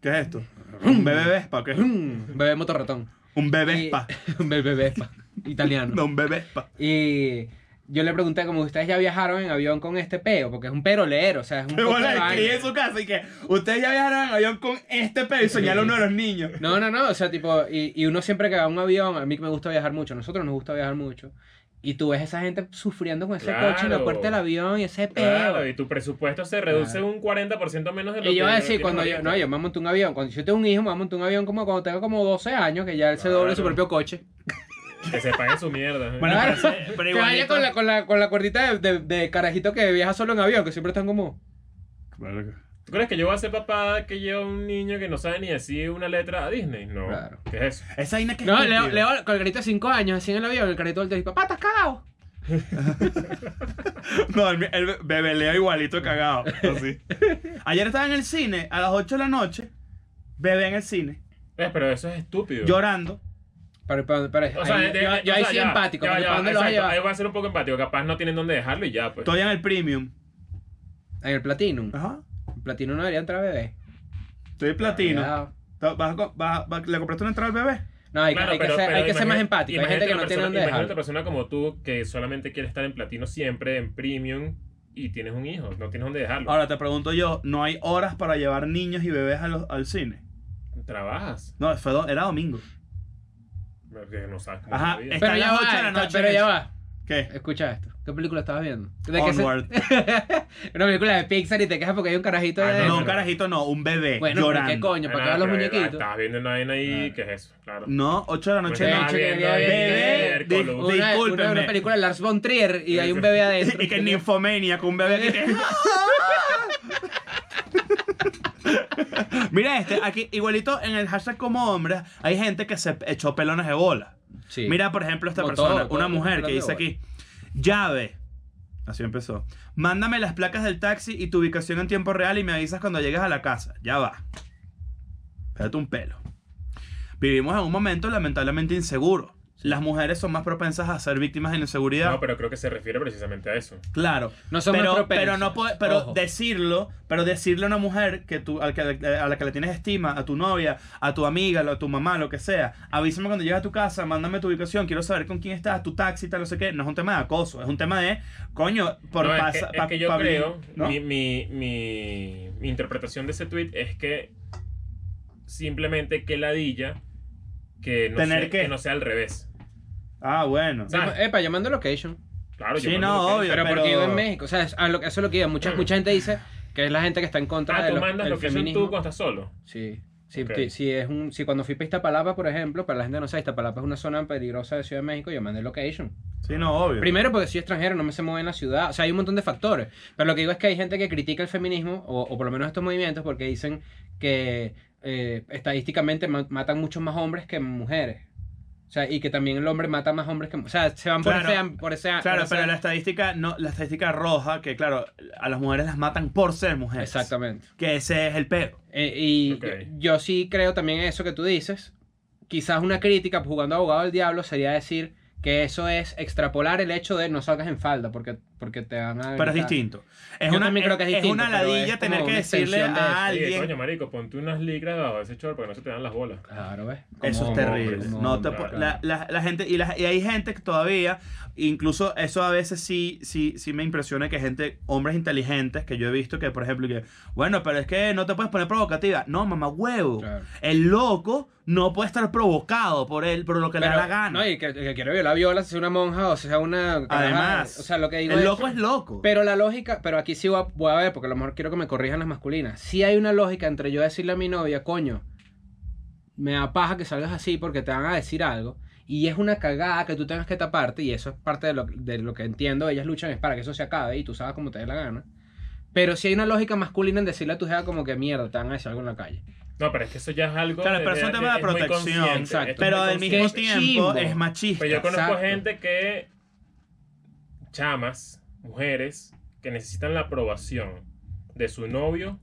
Speaker 3: ¿Qué es esto? ¿Un bebé Vespa? o ¿Qué?
Speaker 4: ¡Rum! Bebé motorratón.
Speaker 3: Un bebé
Speaker 4: Y-
Speaker 3: Vespa.
Speaker 4: Un bebé Vespa, italiano.
Speaker 3: No, un bebé Vespa.
Speaker 4: Y yo le pregunté como ustedes ya viajaron en avión con este peo, porque es un perolero, o sea, es un
Speaker 3: Me
Speaker 4: poco de
Speaker 3: bola
Speaker 4: vaina.
Speaker 3: escribí en su casa y que ustedes ya viajaron en avión con este pedo y señala a uno de los niños.
Speaker 4: No, no, no, o sea, tipo, y, y uno siempre que va a un avión, a mí que me gusta viajar mucho, a nosotros nos gusta viajar mucho, y tú ves esa gente sufriendo con ese coche en la
Speaker 2: Claro.
Speaker 4: puerta del avión y ese peo.
Speaker 2: Claro, y tu presupuesto se reduce un 40% menos de lo
Speaker 4: Y
Speaker 2: que
Speaker 4: yo voy a
Speaker 2: lo
Speaker 4: decir,
Speaker 2: tienes
Speaker 4: cuando yo,
Speaker 2: ahorita.
Speaker 4: no, yo me monté un avión, cuando yo tengo un hijo, me monté un avión como cuando tenga como 12 años, que ya él se doble su
Speaker 2: Claro.
Speaker 4: propio coche.
Speaker 2: Que se pague su mierda. ¿eh?
Speaker 3: Bueno, pero, pero
Speaker 4: Que vaya
Speaker 3: igualito.
Speaker 4: con la, con la, con la cuerdita de, de- de carajito que viaja solo en avión, que siempre están como...
Speaker 2: ¿Tú crees que yo voy a ser papá que lleva un niño que no sabe ni decir una letra a Disney? No.
Speaker 4: Claro.
Speaker 2: ¿Qué es eso?
Speaker 3: Esa vaina que
Speaker 4: No,
Speaker 3: estúpido.
Speaker 4: Leo, Leo con el carito de 5 años, así en el avión, el carito del te dice, papá, estás cagado.
Speaker 3: No, el, el bebé Leo igualito cagado. Así. Ayer estaba en el cine a las 8 de la noche, bebé en el cine,
Speaker 2: Eh, pero eso es estúpido.
Speaker 3: llorando.
Speaker 4: Pero, pero, pero
Speaker 2: O sea,
Speaker 4: ahí-
Speaker 2: de-
Speaker 4: yo,
Speaker 2: de-
Speaker 4: yo
Speaker 2: o
Speaker 4: ahí
Speaker 2: sea,
Speaker 4: sí
Speaker 2: ya,
Speaker 4: empático,
Speaker 2: ya,
Speaker 4: porque
Speaker 2: ya,
Speaker 4: ¿para dónde lo vas a
Speaker 2: exacto,
Speaker 4: llevar?
Speaker 2: Ahí voy a ser un poco empático. Capaz no tienen dónde dejarlo y ya, pues.
Speaker 3: Estoy en el premium.
Speaker 4: En el Platinum.
Speaker 3: Ajá.
Speaker 4: En Platinum no debería entrar bebé.
Speaker 3: Estoy en platino.
Speaker 4: Cuidado.
Speaker 3: Vas a co- vas a- vas- ¿Le compraste una entrada al bebé?
Speaker 4: No, hay, que-
Speaker 2: Claro,
Speaker 4: hay que,
Speaker 2: pero-
Speaker 4: ser,
Speaker 2: pero
Speaker 4: hay que ser
Speaker 2: imagina-
Speaker 4: más empático. Hay gente
Speaker 2: imagínate
Speaker 4: que
Speaker 2: una
Speaker 4: no tiene
Speaker 2: persona-
Speaker 4: dónde
Speaker 2: Imagínate una
Speaker 4: dejar.
Speaker 2: persona como tú que solamente quiere estar en platino siempre, en premium, y tienes un hijo. No tienes dónde dejarlo.
Speaker 3: Ahora te pregunto yo, ¿no hay horas para llevar niños y bebés a los- al cine?
Speaker 2: Trabajas.
Speaker 3: No, fue do- era domingo.
Speaker 2: Porque no sabes cómo es
Speaker 3: Ajá,
Speaker 2: la vida.
Speaker 3: está
Speaker 4: Pero
Speaker 3: a
Speaker 4: ya
Speaker 3: las 8
Speaker 4: va,
Speaker 3: de la
Speaker 4: está-
Speaker 3: noche.
Speaker 4: pero ya va.
Speaker 3: ¿Qué?
Speaker 4: Escucha esto. ¿Qué película estabas viendo? ¿De qué se-
Speaker 3: Onward.
Speaker 4: Una película de Pixar y te quejas porque hay un carajito
Speaker 2: Ah,
Speaker 4: de...
Speaker 3: No,
Speaker 2: pero-
Speaker 3: un carajito no, un bebé
Speaker 4: bueno, pero
Speaker 3: llorando.
Speaker 4: ¿qué coño? ¿Para qué
Speaker 2: Ah,
Speaker 4: van los
Speaker 2: pero, eh,
Speaker 4: muñequitos?
Speaker 2: Estabas viendo una vaina ahí, ¿qué es eso? Claro.
Speaker 3: No, 8 de la noche
Speaker 2: Porque
Speaker 3: no.
Speaker 2: estabas viendo ahí
Speaker 3: Bebé,
Speaker 2: miércoles.
Speaker 3: di-
Speaker 4: Una, una-
Speaker 3: discúlpenme.
Speaker 4: una película de Lars von Trier y hay un bebé adentro.
Speaker 3: Y que ninfomania con un bebé aquí que... Mira este, aquí igualito en el hashtag como hombres hay gente que se echó pelones de bola.
Speaker 4: Sí.
Speaker 3: Mira, por ejemplo, esta
Speaker 4: Como
Speaker 3: persona,
Speaker 4: todo, todo
Speaker 3: una
Speaker 4: el
Speaker 3: mujer
Speaker 4: mundo
Speaker 3: que dice
Speaker 4: hablando de
Speaker 3: aquí, llave. Así empezó. Mándame las placas del taxi y tu ubicación en tiempo real y me avisas cuando llegues a la casa. Ya va. Espérate un pelo. Vivimos en un momento lamentablemente inseguro. Las mujeres son más propensas a ser víctimas de inseguridad.
Speaker 2: No, pero creo que se refiere precisamente a eso.
Speaker 3: Claro.
Speaker 4: No son
Speaker 3: pero,
Speaker 4: más propensas,
Speaker 3: pero no puede- pero
Speaker 4: ojo.
Speaker 3: decirlo, pero decirle a una mujer que tú, al que- a la que le tienes estima, a tu novia, a tu amiga, a tu mamá, lo que sea, avísame cuando llegues a tu casa, mándame tu ubicación, quiero saber con quién estás, tu taxi, tal, no sé qué, no es un tema de acoso, es un tema de, coño, por
Speaker 2: No, es
Speaker 3: pasa-
Speaker 2: que- es, que,
Speaker 3: pa-
Speaker 2: yo
Speaker 3: pa-
Speaker 2: creo,
Speaker 3: ¿no?
Speaker 2: mi, mi- mi- mi interpretación de ese tweet es que simplemente que ladilla que no,
Speaker 3: Tener
Speaker 2: sea,
Speaker 3: que-
Speaker 2: no sea al revés.
Speaker 3: Ah, bueno.
Speaker 2: Sí, ¿sabes?
Speaker 4: Epa, yo mando location.
Speaker 2: Claro, yo
Speaker 3: Sí,
Speaker 2: mando Ah,
Speaker 3: no,
Speaker 2: location.
Speaker 3: obvio.
Speaker 4: Pero,
Speaker 3: pero-
Speaker 4: porque yo en México, o sea, es- a lo- eso es lo que iba. Mucha, mucha gente dice que es la gente que está en contra
Speaker 2: Ah,
Speaker 4: de
Speaker 2: tú
Speaker 4: lo-
Speaker 2: mandas
Speaker 4: del
Speaker 2: lo que son
Speaker 4: feminismo.
Speaker 2: tú cuando estás solo.
Speaker 4: Sí. Si,
Speaker 2: Ok.
Speaker 4: ti- si es un, si cuando fui para Iztapalapa, por ejemplo, para la gente que no sabe, Iztapalapa es una zona peligrosa de Ciudad de México, yo mandé location.
Speaker 3: Sí, no, obvio.
Speaker 4: Primero porque soy extranjero, no me sé mover en la ciudad. O sea, hay un montón de factores. Pero lo que digo es que hay gente que critica el feminismo, o, o por lo menos estos movimientos, porque dicen que eh, estadísticamente ma- matan muchos más hombres que mujeres. O sea, y que también el hombre mata más hombres que mujeres. O sea, se van
Speaker 3: Claro.
Speaker 4: por ese... am- Por ese por
Speaker 3: Claro,
Speaker 4: ese-
Speaker 3: pero la estadística, no, la estadística roja, que claro, a las mujeres las matan por ser mujeres.
Speaker 4: Exactamente.
Speaker 3: Que ese es el pedo.
Speaker 4: Eh, y
Speaker 2: Ok.
Speaker 4: yo yo sí creo también en eso que tú dices. Quizás una crítica jugando abogado del diablo sería decir que eso es extrapolar el hecho de no salgas en falda porque, porque te van a...
Speaker 3: Pero es
Speaker 4: gritar.
Speaker 3: distinto. Es
Speaker 4: Yo
Speaker 3: una,
Speaker 4: también creo que es distinto,
Speaker 3: una
Speaker 4: pero es
Speaker 3: ladilla
Speaker 4: como
Speaker 3: tener que
Speaker 4: una
Speaker 3: decirle
Speaker 4: extensión de eso.
Speaker 3: a
Speaker 2: Oye, coño,
Speaker 3: alguien.
Speaker 2: marico, ponte unas ligras bajo ese short porque no se te dan las bolas.
Speaker 4: Claro, ¿ves?
Speaker 3: Eso
Speaker 4: Como
Speaker 3: es
Speaker 4: hombre,
Speaker 3: terrible.
Speaker 4: como
Speaker 3: No
Speaker 4: hombre,
Speaker 3: te po-
Speaker 4: claro.
Speaker 3: la, la- la gente, y, la- y hay gente que todavía, incluso eso a veces sí, sí, sí me impresiona que gente, hombres inteligentes que yo he visto que, por ejemplo, que, bueno, pero es que no te puedes poner provocativa. No, mamá, huevo.
Speaker 4: Claro.
Speaker 3: El loco no puede estar provocado por él, por lo que le da
Speaker 4: Pero,
Speaker 3: la gana.
Speaker 4: No, y que el que quiere violar, viola, si sea una monja o si sea una...
Speaker 3: Además,
Speaker 4: o sea, lo que digo
Speaker 3: el
Speaker 4: es-
Speaker 3: loco es loco.
Speaker 4: Pero la lógica, pero aquí sí voy a, voy a ver, porque a lo mejor quiero que me corrijan las masculinas. Sí hay una lógica entre yo decirle a mi novia, coño, me da paja que salgas así porque te van a decir algo. Y es una cagada que tú tengas que taparte, y eso es parte de lo, de lo que entiendo. Ellas luchan es para que eso se acabe y tú sabes cómo te dé la gana. Pero sí hay una lógica masculina en decirle a tu jefa como que mierda, te van a decir algo en la calle.
Speaker 2: No, pero es que eso ya es algo.
Speaker 3: Claro, pero es un tema
Speaker 2: muy
Speaker 3: de protección,
Speaker 2: consciente,
Speaker 4: exacto.
Speaker 2: esto es
Speaker 3: Pero
Speaker 2: muy
Speaker 3: al mismo
Speaker 2: consciente.
Speaker 3: tiempo
Speaker 4: Chimbo.
Speaker 3: es machista.
Speaker 2: Pues yo conozco
Speaker 4: Exacto.
Speaker 2: gente que. chamas, mujeres, que necesitan la aprobación de su novio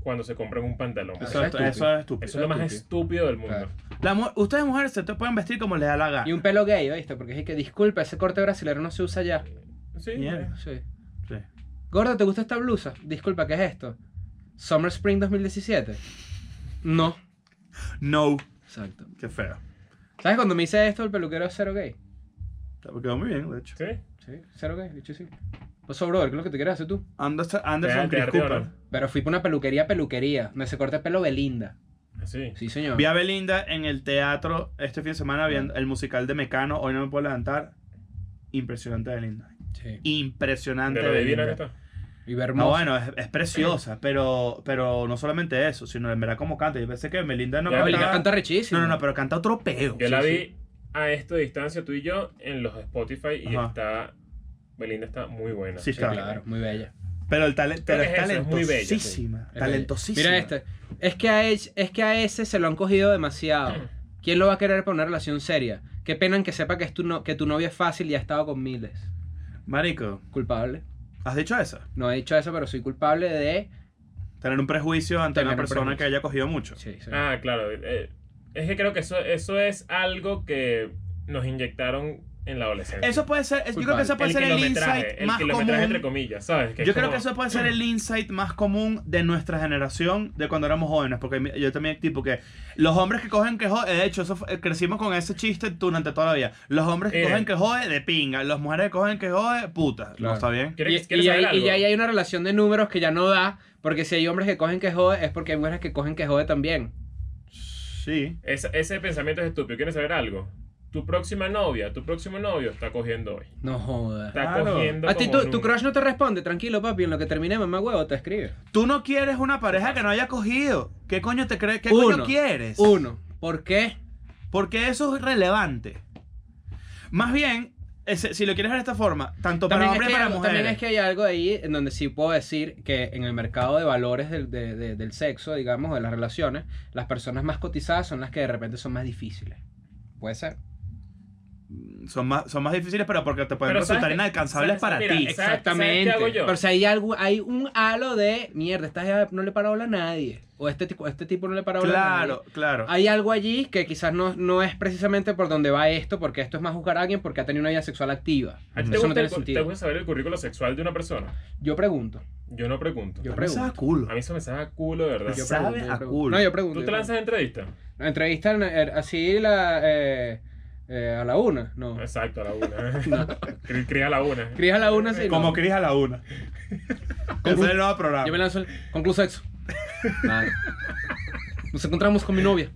Speaker 2: cuando se compran un pantalón.
Speaker 3: Eso,
Speaker 4: Eso es
Speaker 3: eso es estúpido.
Speaker 2: Eso es lo más estúpido del mundo.
Speaker 4: Claro.
Speaker 3: La mu- ustedes mujeres se te pueden vestir como les da la gana.
Speaker 4: Y un pelo gay, ¿oíste? Porque es que, disculpa, ese corte brasileño no se usa ya.
Speaker 2: Sí. eh,
Speaker 3: Mierda.
Speaker 4: Sí.
Speaker 3: Sí.
Speaker 4: Gorda, ¿te gusta esta blusa? Disculpa, ¿qué es esto? Summer Spring 2017. No.
Speaker 3: No.
Speaker 4: Exacto.
Speaker 3: Qué feo.
Speaker 4: ¿Sabes cuando me hice esto el peluquero es cero gay?
Speaker 3: Te quedó muy bien, de hecho.
Speaker 2: ¿Sí?
Speaker 4: Sí, cero gay, dicho sí. Pasó, brother, ¿qué es lo que te quieres hacer tú?
Speaker 3: Anderson,
Speaker 2: Te-
Speaker 3: Anderson
Speaker 2: te
Speaker 3: Chris
Speaker 2: ardió,
Speaker 3: Cooper.
Speaker 2: ¿no?
Speaker 4: Pero fui por una peluquería, peluquería. Me se corta el pelo Belinda.
Speaker 2: Sí.
Speaker 4: Sí, señor.
Speaker 3: Vi a Belinda en el teatro este fin de semana viendo el musical de Mecano. Hoy no me puedo levantar. Impresionante Belinda.
Speaker 4: Sí.
Speaker 3: Impresionante
Speaker 2: ¿De lo divina que
Speaker 3: Belinda.
Speaker 2: está?
Speaker 4: Y Bermosa.
Speaker 3: No, bueno, es, es preciosa, pero, pero no solamente eso, sino en verdad como canta. Yo pensé que Belinda no
Speaker 2: Ya,
Speaker 4: Belinda
Speaker 3: cantaba-
Speaker 4: canta rechísimo.
Speaker 3: No, no, no, pero canta otro peo.
Speaker 2: Yo la
Speaker 3: Sí,
Speaker 2: vi
Speaker 3: sí.
Speaker 2: a esta distancia, tú y yo, en los Spotify y
Speaker 3: Ajá.
Speaker 2: está. Belinda está muy buena.
Speaker 3: Sí,
Speaker 4: Sí,
Speaker 3: está.
Speaker 4: claro, muy bella.
Speaker 3: Pero, el talen- pero
Speaker 2: que
Speaker 3: es
Speaker 2: es eso, es muy bella, sí.
Speaker 3: talentosísima.
Speaker 4: Es
Speaker 3: Talentosísima.
Speaker 4: bella. Mira este. Es que, a ese, es que a ese se lo han cogido demasiado. ¿Quién lo va a querer para una relación seria? Qué pena que sepa que, es tu no, que tu novia es fácil y ha estado con miles.
Speaker 3: Marico,
Speaker 4: Culpable.
Speaker 3: ¿has dicho eso?
Speaker 4: No he dicho eso, pero soy culpable de...
Speaker 3: Tener un prejuicio ante
Speaker 4: Tener
Speaker 3: una
Speaker 4: un
Speaker 3: persona
Speaker 4: prejuicio.
Speaker 3: que haya cogido mucho.
Speaker 4: Sí, sí.
Speaker 2: Ah, claro. eh, es que creo que eso, eso es algo que nos inyectaron en la adolescencia.
Speaker 3: Eso puede ser, es- yo creo que
Speaker 4: Culpable.
Speaker 3: eso puede ser el
Speaker 2: kilometraje,
Speaker 3: insight
Speaker 2: el
Speaker 3: más
Speaker 2: kilometraje entre
Speaker 3: común.
Speaker 2: comillas, ¿sabes? Que es
Speaker 3: Yo creo
Speaker 2: como-
Speaker 3: que eso puede ser el insight más común de nuestra generación, de cuando éramos jóvenes, porque mi- yo también, tipo, que los hombres que cogen que jode, de hecho, eso fue- crecimos con ese chiste durante toda la vida. Los hombres que
Speaker 2: Eh.
Speaker 3: cogen que jode, de pinga. Las mujeres que cogen que jode, puta. ¿No
Speaker 4: Claro.
Speaker 3: está bien?
Speaker 2: ¿Quieres-
Speaker 4: Y,
Speaker 2: quieres
Speaker 4: y
Speaker 2: saber
Speaker 4: ahí, y
Speaker 2: algo?
Speaker 4: ahí hay una relación de números que ya no da, porque si hay hombres que cogen que jode, es porque hay mujeres que cogen que jode también.
Speaker 3: Sí.
Speaker 2: Ese- ese pensamiento es estúpido. ¿Quieres saber algo? Tu próxima novia, tu próximo novio está cogiendo hoy.
Speaker 4: No jodas.
Speaker 2: Está
Speaker 3: Claro.
Speaker 2: cogiendo.
Speaker 4: A ti
Speaker 2: como
Speaker 4: tu, tu
Speaker 2: nunca.
Speaker 4: crush no te responde, tranquilo papi, en lo que termine mamá huevo te escribe.
Speaker 3: Tú no quieres una pareja que no haya cogido. ¿Qué coño te crees? ¿Qué coño
Speaker 4: Uno.
Speaker 3: quieres?
Speaker 4: Uno, ¿por qué?
Speaker 3: Porque eso es relevante. Más bien, ese- si lo quieres ver de esta forma, tanto para
Speaker 4: También es,
Speaker 3: hombres
Speaker 4: que
Speaker 3: y para
Speaker 4: hay, algo- también
Speaker 3: mujeres.
Speaker 4: es que hay algo ahí en donde sí puedo decir que en el mercado de valores del, de- de- del sexo, digamos, de las relaciones, las personas más cotizadas son las que de repente son más difíciles. Puede ser.
Speaker 3: son, más, son más difíciles, pero porque te pueden
Speaker 2: Pero ¿sabes
Speaker 3: resultar
Speaker 2: qué? ¿Sabes-
Speaker 3: inalcanzables para
Speaker 2: mira,
Speaker 3: ti.
Speaker 2: ¿Sabes- sabes qué hago yo?
Speaker 4: Pero si hay algo, hay un halo de mierda, esta jeva no le para bola a nadie. O este tipo, este tipo no le para bola a nadie.
Speaker 3: Claro, claro.
Speaker 4: Hay algo allí que quizás no, no es precisamente por donde va esto, porque esto es más juzgar a alguien porque ha tenido una vida sexual activa.
Speaker 2: ¿A ti te
Speaker 4: Eso
Speaker 2: gusta,
Speaker 4: no tiene
Speaker 2: el cu- te
Speaker 4: sentido.
Speaker 2: gusta saber el currículo sexual de una persona?
Speaker 4: Yo pregunto.
Speaker 2: Yo no pregunto.
Speaker 4: Yo
Speaker 3: A mí me sabe
Speaker 4: pregunto.
Speaker 3: a culo.
Speaker 2: A mí eso me sabe a culo, de verdad.
Speaker 4: Yo
Speaker 3: Sabe
Speaker 4: pregunto, yo
Speaker 3: a
Speaker 4: pregunto.
Speaker 3: culo.
Speaker 4: No, yo pregunto.
Speaker 2: ¿Tú
Speaker 4: yo
Speaker 2: te lanzas entrevista?
Speaker 4: pregunto. Entrevista en- en- así la, eh, eh, a la una. No.
Speaker 2: Exacto, a la una. Cri- Cría a la una.
Speaker 4: Cris a la una. Sí, no.
Speaker 3: Como Cris a la una. Ese es el nuevo programa.
Speaker 4: Yo me lanzo el concluso sexo. Vale. Nos encontramos con mi novia.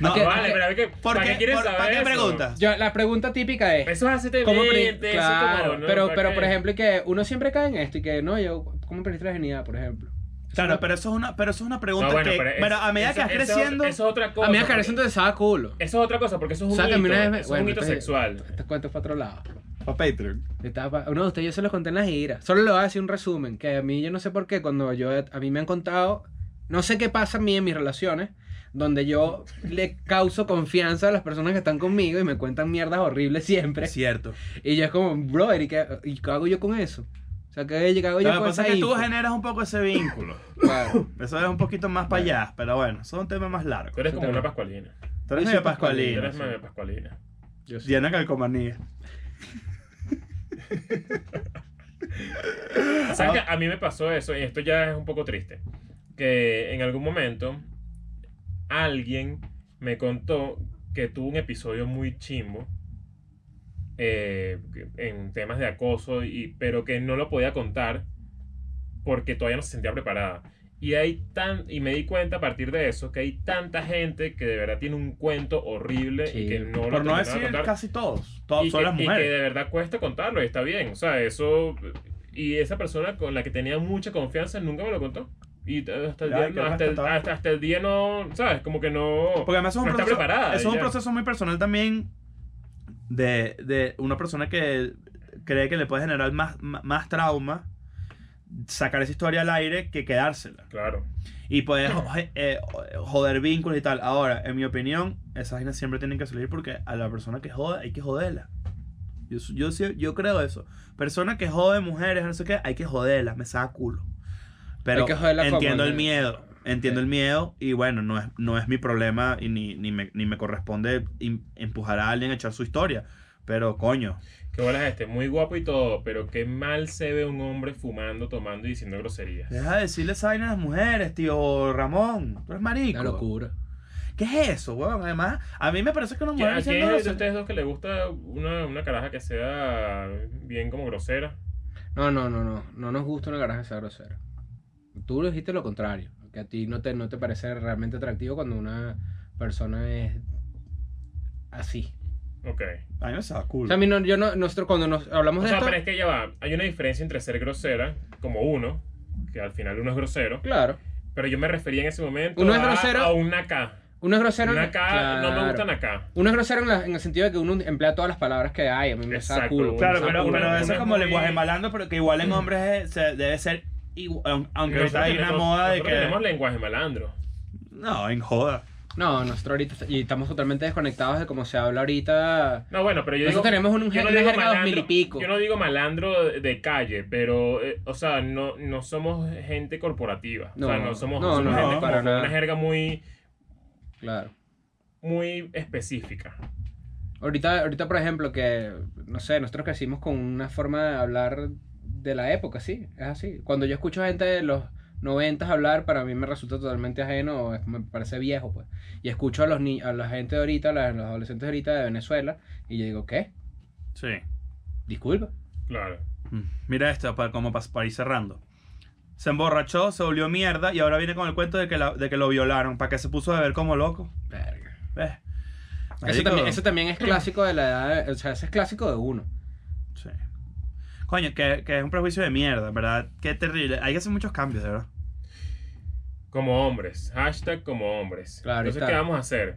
Speaker 3: No,
Speaker 4: ¿Qué?
Speaker 2: Ah, Vale, pero a ver qué.
Speaker 3: ¿Por
Speaker 2: ¿Para
Speaker 3: qué,
Speaker 2: qué quieres
Speaker 3: por-
Speaker 2: saber?
Speaker 3: ¿Para qué
Speaker 2: eso?
Speaker 3: preguntas?
Speaker 4: Yo- la pregunta típica es.
Speaker 2: Eso es hacerte
Speaker 4: ¿Cómo aprendí-
Speaker 2: evidente, eso es como,
Speaker 4: Claro,
Speaker 2: ¿no?
Speaker 4: pero,
Speaker 2: ¿Para
Speaker 4: pero
Speaker 2: qué?
Speaker 4: por ejemplo, y que uno siempre cae en esto y que no, yo, ¿cómo aprendiste la virginidad, por ejemplo?
Speaker 3: Claro, pero eso es una, pero eso es una pregunta
Speaker 2: No, bueno,
Speaker 3: que.
Speaker 2: pero es-
Speaker 3: pero a medida
Speaker 2: eso-
Speaker 3: que vas
Speaker 2: eso es otra-
Speaker 3: creciendo.
Speaker 2: Eso es otra cosa.
Speaker 4: A mí me
Speaker 2: porque-
Speaker 4: carece entonces a culo.
Speaker 2: Eso es otra cosa, porque eso es un
Speaker 4: Sácame
Speaker 2: hito.
Speaker 4: una
Speaker 2: eso
Speaker 4: vez-
Speaker 2: es
Speaker 4: bueno,
Speaker 2: un hito
Speaker 4: entonces-
Speaker 2: sexual.
Speaker 4: Te Este cuento para otro lado.
Speaker 3: Para Patreon.
Speaker 4: Yo estaba pa- Uno de ustedes yo se los conté en la gira. Solo le voy a decir un resumen, que a mí yo no sé por qué, cuando yo, a mí me han contado, no sé qué pasa a mí en mis relaciones, donde yo le causo confianza a las personas que están conmigo y me cuentan mierdas horribles siempre.
Speaker 3: Es cierto.
Speaker 4: Y yo es como, brother, ¿y qué, y qué hago yo con eso? O sea, ¿qué, qué hago yo
Speaker 3: Lo que
Speaker 4: con
Speaker 3: pasa
Speaker 4: esa
Speaker 3: es que tú
Speaker 4: info?
Speaker 3: generas un poco ese vínculo.
Speaker 4: Claro.
Speaker 3: Eso es un poquito más para allá, pero bueno, eso es un tema más largo.
Speaker 2: Tú eres como
Speaker 4: Exactamente.
Speaker 2: una pascualina.
Speaker 3: Tú eres
Speaker 4: Yo soy
Speaker 3: medio
Speaker 2: Tú
Speaker 3: pascualina.
Speaker 2: eres medio pascualina.
Speaker 4: Yo sí.
Speaker 3: Llena calcomanía.
Speaker 2: ¿Sabes que a mí me pasó eso? Y esto ya es un poco triste. Que en algún momento alguien me contó que tuvo un episodio muy chimbo eh, en temas de acoso, y, pero que no lo podía contar porque todavía no se sentía preparada. Y, hay tan, y me di cuenta a partir de eso que hay tanta gente que de verdad tiene un cuento horrible y
Speaker 4: Sí.
Speaker 2: que no lo
Speaker 3: Por no
Speaker 2: terminaba de
Speaker 3: decir
Speaker 2: contar
Speaker 3: casi todos. Todos
Speaker 2: y
Speaker 3: son
Speaker 2: que,
Speaker 3: las
Speaker 2: y que
Speaker 3: mujeres.
Speaker 2: de verdad cuesta contarlo y está bien. O sea, eso. Y esa persona con la que tenía mucha confianza nunca me lo contó. Y t- hasta el
Speaker 3: Ya,
Speaker 2: día,
Speaker 3: hay que
Speaker 2: no, hasta, el,
Speaker 3: respetar.
Speaker 2: hasta, hasta el día no. ¿Sabes? Como que no.
Speaker 3: Porque además es un
Speaker 2: no está
Speaker 3: proceso,
Speaker 2: preparada.
Speaker 3: eso es
Speaker 2: y
Speaker 3: un
Speaker 2: ya.
Speaker 3: proceso muy personal también de, de una persona que cree que le puede generar más, más- más trauma sacar esa historia al aire que quedársela.
Speaker 2: Claro.
Speaker 3: Y puede jo- eh, eh, joder vínculos y tal. Ahora, en mi opinión, esas vainas siempre tienen que salir porque a la persona que jode hay que joderla. Yo, s- yo, sí- yo creo eso. Persona que jode mujeres, no sé qué, hay que joderla, me saca culo. Pero
Speaker 4: Hay que joderla como,
Speaker 3: entiendo el
Speaker 4: ¿no?
Speaker 3: miedo. Entiendo el miedo y bueno, no es, no es mi problema y ni, ni, me, ni me corresponde im- empujar a alguien a echar su historia. Pero coño,
Speaker 2: Qué bolas este. Muy guapo y todo. Pero qué mal se ve un hombre fumando, tomando y diciendo groserías.
Speaker 3: deja de decirle esa vaina a las mujeres, tío Ramón. Tú eres marico.
Speaker 4: Una locura.
Speaker 5: ¿Qué es eso, weón? Además, a mí me parece que una
Speaker 2: ¿Qui-
Speaker 5: mujer
Speaker 2: ¿A quién
Speaker 5: diciendo
Speaker 2: es de
Speaker 5: eso.
Speaker 2: ustedes dos que le gusta una, una caraja que sea bien como grosera?
Speaker 4: No, no, no, no. No nos gusta una garaje sea grosera. Tú dijiste lo contrario. Que a ti no te, no te parece realmente atractivo cuando una persona es así.
Speaker 2: Ok.
Speaker 5: A mí me sabe
Speaker 4: O
Speaker 5: cool.
Speaker 4: sea, a mí no, yo no, nosotros cuando nos hablamos
Speaker 2: O
Speaker 3: Pues
Speaker 4: de
Speaker 2: sea,
Speaker 4: esto.
Speaker 2: pero es que ya va. Hay una diferencia entre ser grosera, como uno, que al final uno es grosero,
Speaker 4: Claro.
Speaker 2: pero yo me refería en ese momento
Speaker 4: Uno es
Speaker 2: a,
Speaker 4: grosero.
Speaker 2: a un naca.
Speaker 4: Uno es grosero. en-
Speaker 2: Una K, no me
Speaker 4: claro.
Speaker 2: gusta una K.
Speaker 4: Uno es grosero en, la- en el sentido de que uno emplea todas las palabras que hay. A mí me saca
Speaker 2: Exacto,
Speaker 4: culo.
Speaker 3: Claro,
Speaker 4: me saca
Speaker 3: pero,
Speaker 4: culo.
Speaker 3: pero eso es como
Speaker 2: Muy-
Speaker 3: lenguaje malandro, pero que igual en hombres es- se- debe ser igual, aunque ahorita hay una
Speaker 2: tenemos-
Speaker 3: moda de
Speaker 2: nosotros
Speaker 3: que...
Speaker 2: Tenemos lenguaje malandro.
Speaker 5: No, en joda.
Speaker 4: No, nosotros ahorita y estamos totalmente desconectados de cómo se habla ahorita.
Speaker 2: No, bueno, pero yo
Speaker 4: Nosotros
Speaker 2: digo...
Speaker 4: tenemos un,
Speaker 2: yo no
Speaker 4: una
Speaker 2: digo
Speaker 4: jerga dos mil y
Speaker 2: malandro-
Speaker 4: pico.
Speaker 2: Yo no digo malandro de- de calle, pero, eh, o sea, no, no somos gente corporativa. o sea,
Speaker 4: No,
Speaker 2: no somos,
Speaker 4: no,
Speaker 2: somos
Speaker 5: no,
Speaker 2: gente
Speaker 4: para
Speaker 2: con
Speaker 4: nada.
Speaker 2: una jerga muy,
Speaker 4: Claro.
Speaker 2: muy específica.
Speaker 4: Ahorita, ahorita, por ejemplo, que, no sé, nosotros crecimos con una forma de hablar de la época, sí, es así. Cuando yo escucho gente de los noventas hablar, para mí me resulta totalmente ajeno, es- me parece viejo, pues. Y escucho a los ni a la gente de ahorita, a la- los adolescentes de ahorita de Venezuela, y yo digo, ¿qué?
Speaker 5: Sí.
Speaker 4: Disculpa.
Speaker 2: Claro.
Speaker 5: Mm, Mira esto, pa- como para, ir cerrando. Se emborrachó, se volvió mierda y ahora viene con el cuento de que, la- de que lo violaron. ¿Para qué se puso a beber como loco?
Speaker 4: Verga.
Speaker 5: ¿Ves?
Speaker 4: Eso
Speaker 5: Marico.
Speaker 4: también, eso también es clásico de la edad, o sea, ese es clásico de uno.
Speaker 5: Sí. Coño, que, que es un prejuicio de mierda, ¿verdad? Qué terrible. Hay que hacer muchos cambios, de verdad.
Speaker 2: Como hombres. Hashtag como hombres.
Speaker 4: Claro,
Speaker 2: Entonces,
Speaker 4: está.
Speaker 2: ¿qué vamos a hacer?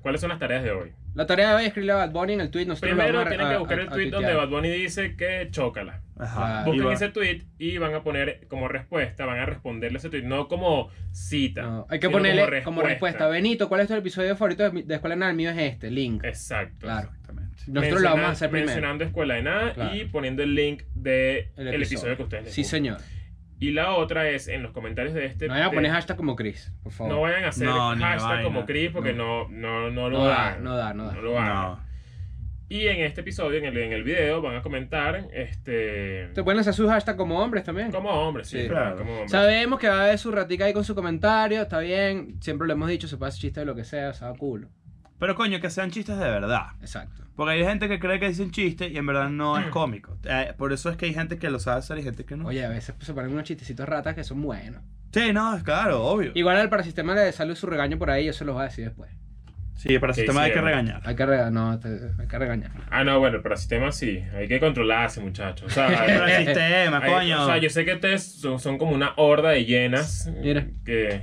Speaker 2: ¿Cuáles son las tareas de hoy?
Speaker 4: La tarea de hoy es escribirle a Bad Bunny en el tweet, nosotros lo
Speaker 2: Primero
Speaker 4: vamos a-
Speaker 2: tienen
Speaker 4: a-
Speaker 2: que buscar el
Speaker 4: a- a
Speaker 2: tweet donde
Speaker 4: tuitear.
Speaker 2: Bad Bunny dice que chócala.
Speaker 5: Ajá.
Speaker 4: Claro.
Speaker 5: Y
Speaker 2: Busquen
Speaker 5: va-
Speaker 2: ese tweet y van a poner como respuesta, van a responderle ese tweet, no como cita.
Speaker 4: No, hay que
Speaker 2: sino
Speaker 4: ponerle como respuesta. Benito, ¿cuál es tu episodio favorito de, mi- de Escuela de Nada? El mío es este, Link.
Speaker 2: Exacto.
Speaker 4: Claro.
Speaker 5: Exactamente.
Speaker 4: Nosotros lo vamos a
Speaker 2: Menciona-
Speaker 4: hacer primero.
Speaker 2: Mencionando Escuela de Nada y
Speaker 4: Claro.
Speaker 2: poniendo el link del el
Speaker 4: El episodio.
Speaker 2: episodio. que ustedes les
Speaker 4: Sí,
Speaker 2: guste.
Speaker 4: señor.
Speaker 2: Y la otra es en los comentarios de este.
Speaker 4: No vayan a
Speaker 2: de-
Speaker 4: poner hashtag como Chris, por favor.
Speaker 2: no vayan a hacer
Speaker 5: No, ni de
Speaker 2: hashtag
Speaker 5: vaina.
Speaker 2: como Chris porque no, no, no lo
Speaker 4: No da,
Speaker 2: hagan.
Speaker 4: no da, no da.
Speaker 2: lo hagan.
Speaker 5: No.
Speaker 2: Y en este episodio, en el, en el video, van a comentar este.
Speaker 4: Te pueden hacer sus hashtags como hombres también.
Speaker 2: Como hombres, sí,
Speaker 4: Sí.
Speaker 2: claro,
Speaker 5: Claro.
Speaker 2: como hombres.
Speaker 4: Sabemos que va a haber su ratica ahí con su comentario, está bien. Siempre lo hemos dicho, se pasa chiste de lo que sea, se da culo.
Speaker 5: Pero coño, que sean chistes de verdad.
Speaker 4: Exacto.
Speaker 5: Porque hay gente que cree que dicen chiste y en verdad no es cómico. Eh, por eso es que hay gente que lo sabe hacer y gente que no.
Speaker 4: Oye, a veces se ponen unos chistecitos ratas que son buenos.
Speaker 5: Sí, no, es claro, obvio.
Speaker 4: Igual al parasistema le sale su regaño por ahí, yo se los voy a decir después.
Speaker 5: Sí, para
Speaker 2: ¿Qué
Speaker 5: ese tema hay que
Speaker 2: hicieron?
Speaker 5: regañar.
Speaker 4: Hay que regañar, no, te- hay que regañar.
Speaker 2: Ah, no, bueno, pero el sistema sí. Hay que controlarse, muchachos. O sea,
Speaker 5: Pero el
Speaker 4: eh,
Speaker 2: hay-
Speaker 5: sistema,
Speaker 2: hay-
Speaker 5: coño.
Speaker 2: o sea, yo sé que ustedes son, son como una horda de llenas.
Speaker 4: Mira.
Speaker 2: Que.